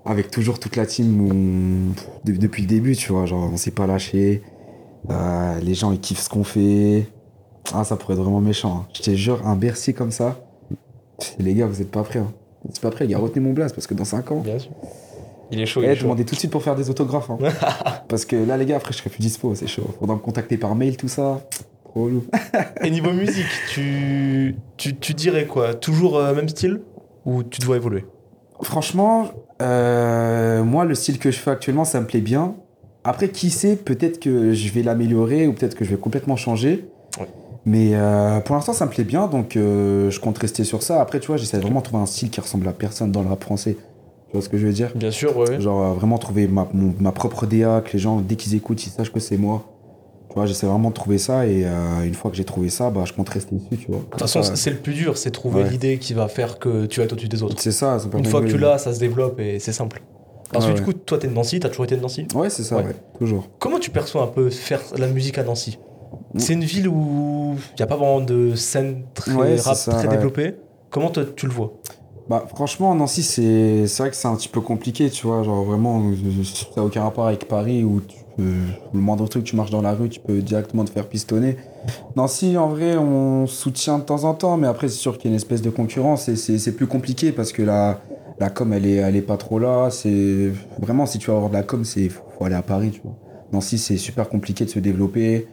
Speaker 3: Avec toujours toute la team où on- pff, de- depuis le début, tu vois. Genre, on s'est pas lâché. Euh, les gens, ils kiffent ce qu'on fait. Ah, ça pourrait être vraiment méchant. hein. Je te jure, un Bercy comme ça. pff, Les gars, vous êtes pas prêts. Hein. Vous êtes pas prêts, les gars. Retenez mon blast parce que dans 5 ans.
Speaker 5: Bien sûr. Il est chaud.
Speaker 3: Eh, demandez tout de suite pour faire des autographes. hein.
Speaker 5: [LAUGHS]
Speaker 3: Parce que là, les gars, après, je serai plus dispo, c'est chaud. Faudra me contacter par mail, tout ça. Trop lourd.
Speaker 5: Et niveau musique, tu, tu, tu dirais quoi Toujours euh, même style Ou tu te vois évoluer
Speaker 3: Franchement, euh, moi, le style que je fais actuellement, ça me plaît bien. Après, qui sait, peut-être que je vais l'améliorer ou peut-être que je vais complètement changer.
Speaker 5: Ouais.
Speaker 3: Mais euh, pour l'instant, ça me plaît bien, donc euh, je compte rester sur ça. Après, tu vois, j'essaie vraiment de trouver un style qui ressemble à personne dans le rap français. Tu vois ce que je veux dire
Speaker 5: Bien sûr, ouais.
Speaker 3: Genre euh, vraiment trouver ma, mon- ma propre DA, que les gens, dès qu'ils écoutent, ils sachent que c'est moi. Tu vois, j'essaie vraiment de trouver ça et euh, une fois que j'ai trouvé ça, bah, je compte rester dessus, tu vois.
Speaker 5: De toute façon,
Speaker 3: Ça,
Speaker 5: c'est c'est le plus dur, c'est trouver
Speaker 3: Ouais.
Speaker 5: l'idée qui va faire que tu vas être au-dessus des autres.
Speaker 3: c'est ça. ça me
Speaker 5: Une
Speaker 3: permet
Speaker 5: fois
Speaker 3: de-
Speaker 5: que tu l'as, ça se développe et c'est simple. Parce que
Speaker 3: Ouais,
Speaker 5: du coup, toi, t'es de Nancy, t'as toujours été de Nancy.
Speaker 3: Ouais, c'est ça,
Speaker 5: Ouais.
Speaker 3: ouais. Toujours.
Speaker 5: Comment tu perçois un peu faire la musique à Nancy
Speaker 3: Mm.
Speaker 5: C'est une ville où il n'y a pas vraiment de scène très
Speaker 3: Ouais, c'est
Speaker 5: rap,
Speaker 3: ça,
Speaker 5: très
Speaker 3: ouais.
Speaker 5: développée. Comment toi, tu le vois
Speaker 3: Bah, franchement, Nancy, c'est c'est vrai que c'est un petit peu compliqué, tu vois. Genre, vraiment, euh, ça n'a aucun rapport avec Paris où tu peux- où le moindre truc, tu marches dans la rue, tu peux directement te faire pistonner. Nancy, en vrai, on soutient de temps en temps, mais après, c'est sûr qu'il y a une espèce de concurrence et c'est c'est plus compliqué parce que la, la com, elle est, elle est pas trop là. C'est Vraiment, si tu veux avoir de la com, c'est faut, faut aller à Paris, tu vois. Nancy, c'est super compliqué de se développer.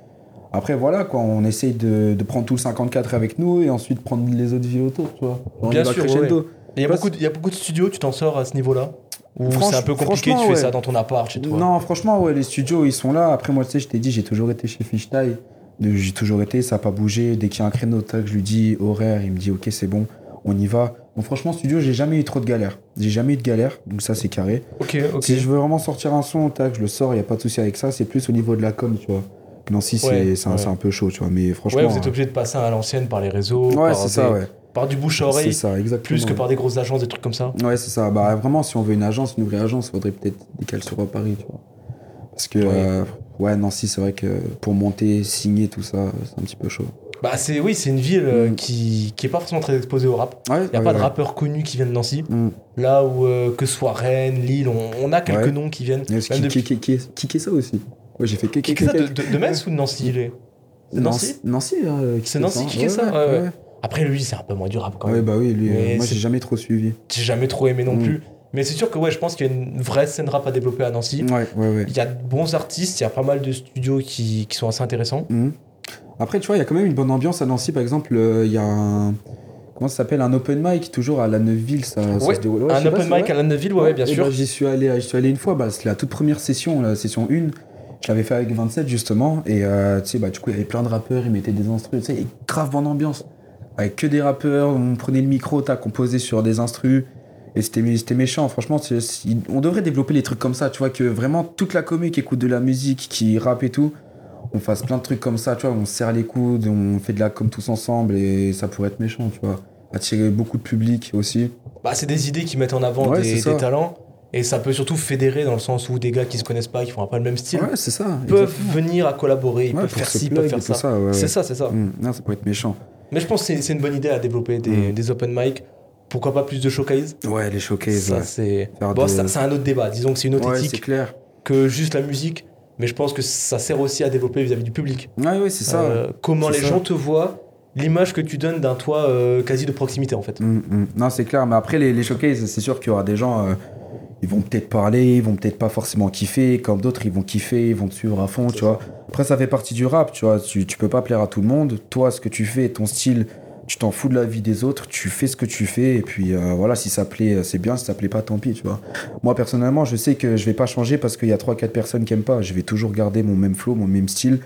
Speaker 3: Après, voilà, quoi, on essaye de, de prendre tout le 54 avec nous et ensuite prendre les autres villes autour, tu vois. Genre, on y
Speaker 5: Bien
Speaker 3: va
Speaker 5: sûr, ouais,
Speaker 3: crescendo.
Speaker 5: ouais. Il y, a
Speaker 3: Parce-
Speaker 5: beaucoup de- il y a beaucoup de studios, tu t'en sors à ce niveau-là Ou
Speaker 3: Franch-
Speaker 5: c'est un peu compliqué, tu
Speaker 3: franchement,
Speaker 5: fais
Speaker 3: ouais.
Speaker 5: ça dans ton appart chez toi
Speaker 3: Non, franchement, ouais, les studios, ils sont là. Après, moi, tu sais, je t'ai dit, j'ai toujours été chez Fishtail. J'ai toujours été, ça n'a pas bougé. Dès qu'il y a un créneau, tac, je lui dis horaire, il me dit, ok, c'est bon. on y va. Donc franchement, studio, j'ai jamais eu trop de galères. J'ai jamais eu de galères, donc ça c'est carré.
Speaker 5: Ok, ok.
Speaker 3: Si je veux vraiment sortir un son, tac, je le sors, il y a pas de souci avec ça. C'est plus au niveau de la com, tu vois. Nancy,
Speaker 5: Ouais,
Speaker 3: c'est c'est un,
Speaker 5: ouais.
Speaker 3: c'est un peu chaud, tu vois. Mais franchement,
Speaker 5: ouais, vous êtes
Speaker 3: euh,
Speaker 5: obligé de passer à l'ancienne par les réseaux,
Speaker 3: Ouais,
Speaker 5: par,
Speaker 3: c'est ça, ouais.
Speaker 5: par du bouche à oreille,
Speaker 3: C'est ça, exactement,
Speaker 5: plus que
Speaker 3: ouais.
Speaker 5: par des grosses agences, des trucs comme ça.
Speaker 3: Ouais, c'est ça. Bah, vraiment, si on veut une agence, une vraie agence, il faudrait peut-être des cales sur Paris, tu vois. Parce que, euh, ouais, Nancy, c'est vrai que pour monter, signer, tout ça, c'est un petit peu chaud.
Speaker 5: Bah c'est oui, c'est une ville euh, qui qui est pas forcément très exposée au rap.
Speaker 3: Il
Speaker 5: y a
Speaker 3: Mm. ouais,
Speaker 5: pas de
Speaker 3: ouais.
Speaker 5: rappeurs connus qui viennent de Nancy.
Speaker 3: Mmh.
Speaker 5: Là où euh, que ce soit Rennes, Lille, on, on a quelques
Speaker 3: Ouais.
Speaker 5: noms qui viennent.
Speaker 3: Est-ce qu'il-
Speaker 5: Même de-
Speaker 3: qu'il- qu'il- qu'il- qu'il- qu'il ça aussi Ouais, j'ai fait
Speaker 5: Qui
Speaker 3: kick
Speaker 5: est ça de, de- de Metz ou de Nancy il est C'est Nancy
Speaker 3: Nancy, euh,
Speaker 5: C'est Nancy qui est ça Ouais, ouais. Après lui, c'est un peu moins du rap quand
Speaker 3: Ouais,
Speaker 5: même.
Speaker 3: bah oui, lui, euh,
Speaker 5: Mais
Speaker 3: moi,
Speaker 5: c'est-
Speaker 3: j'ai jamais trop suivi.
Speaker 5: j'ai jamais trop aimé non
Speaker 3: Mm.
Speaker 5: plus. Mais c'est sûr que ouais, je pense qu'il y a une vraie scène rap à développer à Nancy.
Speaker 3: Ouais, ouais, ouais.
Speaker 5: Il y a de bons artistes, il y a pas mal de studios qui, qui sont assez intéressants.
Speaker 3: Mhm. Après, tu vois, il y a quand même une bonne ambiance à Nancy. Par exemple, euh, il y a un. Comment ça s'appelle Un open mic, toujours à la Neuville. Ça, ça
Speaker 5: Ouais,
Speaker 3: se déroule. je
Speaker 5: un
Speaker 3: sais pas,
Speaker 5: open
Speaker 3: c'est
Speaker 5: mic
Speaker 3: vrai
Speaker 5: à la Neuville, ouais, ouais, bien
Speaker 3: et
Speaker 5: sûr.
Speaker 3: ben, J'y suis, allé- j'y suis allé une fois, bah, c'est la toute première session, la session 1. Je l'avais fait avec 27 justement. Et euh, tu sais, bah, du coup, il y avait plein de rappeurs, ils mettaient des instrus. Tu sais, et grave bonne ambiance. Avec que des rappeurs, on prenait le micro, t'as composé sur des instrus. Et c'était mé- c'était méchant, franchement, c'est- c'est- on devrait développer les trucs comme ça, tu vois, que vraiment toute la commune qui écoute de la musique, qui rappe et tout, on fasse plein de trucs comme ça, tu vois, on se serre les coudes, on fait de la com tous ensemble et ça pourrait être méchant, tu vois. Attirer beaucoup de public aussi.
Speaker 5: Bah, c'est des idées qui mettent en avant
Speaker 3: Ouais,
Speaker 5: des,
Speaker 3: c'est ça.
Speaker 5: des talents. Et ça peut surtout fédérer dans le sens où des gars qui se connaissent pas, qui font pas le même style,
Speaker 3: Ouais, c'est ça.
Speaker 5: peuvent venir à collaborer, ils
Speaker 3: Ouais,
Speaker 5: peuvent
Speaker 3: pour
Speaker 5: faire
Speaker 3: se
Speaker 5: ci, ils
Speaker 3: plug
Speaker 5: peuvent
Speaker 3: et tout
Speaker 5: faire ça.
Speaker 3: ouais, ouais.
Speaker 5: C'est ça, c'est ça.
Speaker 3: Mm, Non, ça pourrait être méchant.
Speaker 5: Mais je pense que c'est- c'est une bonne idée à développer
Speaker 3: Mm.
Speaker 5: des, des open mic. Pourquoi pas plus de showcase
Speaker 3: Ouais, les showcases.
Speaker 5: Ça,
Speaker 3: ouais.
Speaker 5: c'est.
Speaker 3: Faire
Speaker 5: Bon,
Speaker 3: de-
Speaker 5: ça- c'est un autre débat. Disons que c'est une autre
Speaker 3: Ouais, c'est
Speaker 5: éthique
Speaker 3: clair.
Speaker 5: que juste la musique. Mais je pense que ça sert aussi à développer vis-à-vis du public.
Speaker 3: Ouais, ouais, c'est ça.
Speaker 5: Euh, comment
Speaker 3: C'est
Speaker 5: les
Speaker 3: ça.
Speaker 5: gens te voient, l'image que tu donnes d'un toit euh, quasi de proximité en fait.
Speaker 3: Mm, mm. Non, c'est clair. Mais après, les, les showcases, c'est sûr qu'il y aura des gens. euh, ils vont peut-être parler, ils vont peut-être pas forcément kiffer. Comme d'autres, ils vont kiffer, ils vont te suivre à fond, tu vois. Après, ça fait partie du rap, tu vois. Tu, tu peux pas plaire à tout le monde. Toi, ce que tu fais, ton style, tu t'en fous de la vie des autres. Tu fais ce que tu fais. Et puis, euh, voilà, si ça plaît, euh, c'est bien. Si ça plaît pas, tant pis, tu vois. Moi, personnellement, je sais que je vais pas changer parce qu'il y a 3-4 personnes qui aiment pas. Je vais toujours garder mon même flow, mon même style.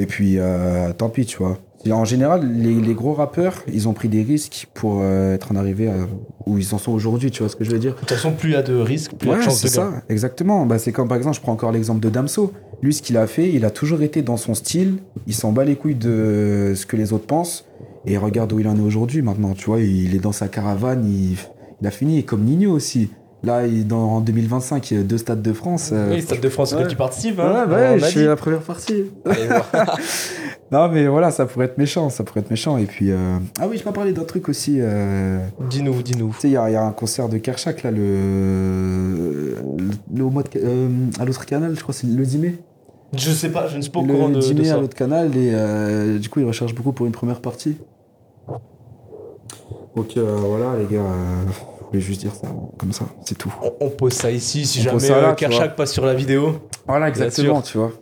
Speaker 3: Et puis, euh, tant pis, tu vois. Et En général, les, les gros rappeurs, ils ont pris des risques pour euh, être en arrivée à où ils en sont aujourd'hui, tu vois ce que je veux dire
Speaker 5: De toute façon, plus il y a de risques, plus il y a de
Speaker 3: Ouais,
Speaker 5: chances
Speaker 3: c'est
Speaker 5: de
Speaker 3: ça,
Speaker 5: gain.
Speaker 3: exactement. Bah, c'est comme par exemple, je prends encore l'exemple de Damso. Lui, ce qu'il a fait, il a toujours été dans son style, il s'en bat les couilles de ce que les autres pensent, et regarde où il en est aujourd'hui maintenant, tu vois, il est dans sa caravane, il, il a fini, et comme Nino aussi. Là, il, dans, en 2025, il y a deux stades de France. euh,
Speaker 5: Oui, Stade de France, que tu participes. Hein,
Speaker 3: Ouais, bah
Speaker 5: on
Speaker 3: ouais,
Speaker 5: a
Speaker 3: je
Speaker 5: dit.
Speaker 3: suis la première partie. [LAUGHS] non, mais voilà, ça pourrait être méchant, ça pourrait être méchant. Et puis, euh, ah oui, je pas parlé d'un truc aussi. euh,
Speaker 5: Dis-nous, dis-nous.
Speaker 3: Tu sais, il y, a il y a un concert de Kershak là, le, le- au mois de- euh, à l'autre canal, je crois, c'est le 10 mai.
Speaker 5: Je sais pas, je ne suis pas au
Speaker 3: le
Speaker 5: courant de,
Speaker 3: 10
Speaker 5: de
Speaker 3: mai à
Speaker 5: ça.
Speaker 3: l'autre canal et euh, du coup, ils recherchent beaucoup pour une première partie. Donc euh, voilà, les gars, euh, je voulais juste dire ça, comme ça, c'est tout.
Speaker 5: On, on pose ça ici si
Speaker 3: On pose
Speaker 5: jamais
Speaker 3: ça là,
Speaker 5: euh,
Speaker 3: tu vois.
Speaker 5: Kershak passe sur la vidéo.
Speaker 3: Voilà,
Speaker 5: Bien
Speaker 3: exactement,
Speaker 5: sûr.
Speaker 3: tu vois.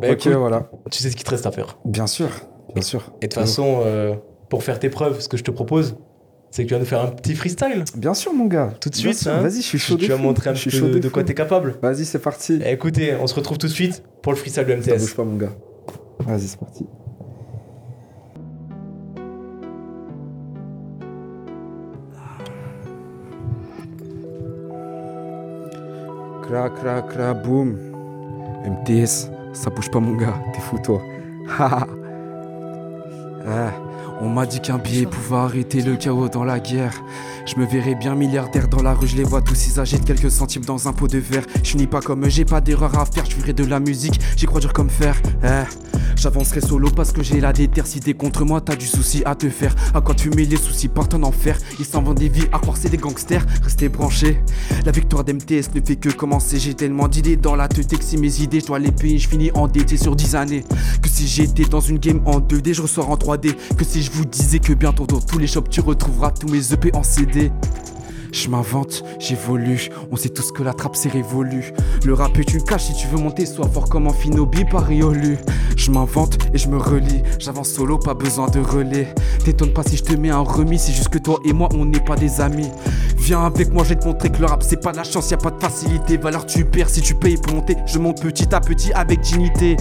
Speaker 5: Bah,
Speaker 3: ok,
Speaker 5: écoute,
Speaker 3: voilà.
Speaker 5: Tu sais ce qu'il te reste à faire.
Speaker 3: Bien sûr, bien sûr.
Speaker 5: Et de toute façon, euh, pour faire tes preuves, ce que je te propose, c'est que tu vas nous faire un petit freestyle.
Speaker 3: Bien sûr, mon gars.
Speaker 5: Tout de
Speaker 3: Bien
Speaker 5: suite.
Speaker 3: sûr,
Speaker 5: hein.
Speaker 3: Vas-y, je suis chaud.
Speaker 5: Tu
Speaker 3: de
Speaker 5: vas
Speaker 3: fou.
Speaker 5: montrer un
Speaker 3: Je
Speaker 5: petit
Speaker 3: suis
Speaker 5: peu
Speaker 3: chaud
Speaker 5: de,
Speaker 3: de
Speaker 5: quoi
Speaker 3: fou.
Speaker 5: t'es capable. Eh,
Speaker 3: Vas-y, c'est parti.
Speaker 5: Écoutez, on se retrouve tout de suite pour le freestyle de
Speaker 3: Ça
Speaker 5: MTS.
Speaker 3: bouge pas, mon gars. Vas-y, c'est parti. Cra, cra, cra, boum. MTS, ça bouge pas, mon gars. T'es fou, toi. Ha, ha. Ah, On m'a dit qu'un billet pouvait arrêter le chaos dans la guerre. Je me verrais bien milliardaire dans la rue, je les vois tous, ils agitent quelques centimes dans un pot de verre. Je finis pas comme eux, j'ai pas d'erreur à faire, je ferai de la musique, j'y crois dur comme fer. Eh, J'avancerai solo parce que j'ai la déter. Si t'es contre moi, t'as du souci à te faire. À quoi tu mets les soucis, partent en enfer. Ils s'inventent des vies, à croire c'est des gangsters. Restez branchés. La victoire d'MTS ne fait que commencer. J'ai tellement d'idées dans la tête que si mes idées, je dois les payer. Je finis endetté sur 10 années. Que si j'étais dans une game en 2D, je ressors en 3D. Que si je vous disais que bientôt dans tous les shops, tu retrouveras tous mes EP en CD. Je m'invente, j'évolue. On sait tous que la trappe c'est révolu. Le rap tu le caches si tu veux monter, sois fort comme Amphinobi Pariolu. Je m'invente et je me relie. J'avance solo, pas besoin de relais. T'étonne pas si je te mets un remis, c'est juste que toi et moi on n'est pas des amis. Viens avec moi, je vais te montrer que le rap c'est pas de la chance, y a pas de facilité. Valeur tu perds si tu payes pour monter. Je monte petit à petit avec dignité.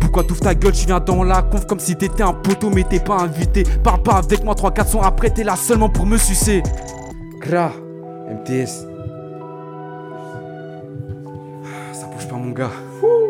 Speaker 3: Beaucoup
Speaker 2: quoi t'ouvres ta gueule, tu viens dans la conf comme si t'étais un poteau mais t'es pas invité. Parle pas avec moi, 3-4 sons après, t'es là seulement pour me sucer.
Speaker 3: Cra, MTS. Ah, Ça bouge pas, mon gars. Ouh.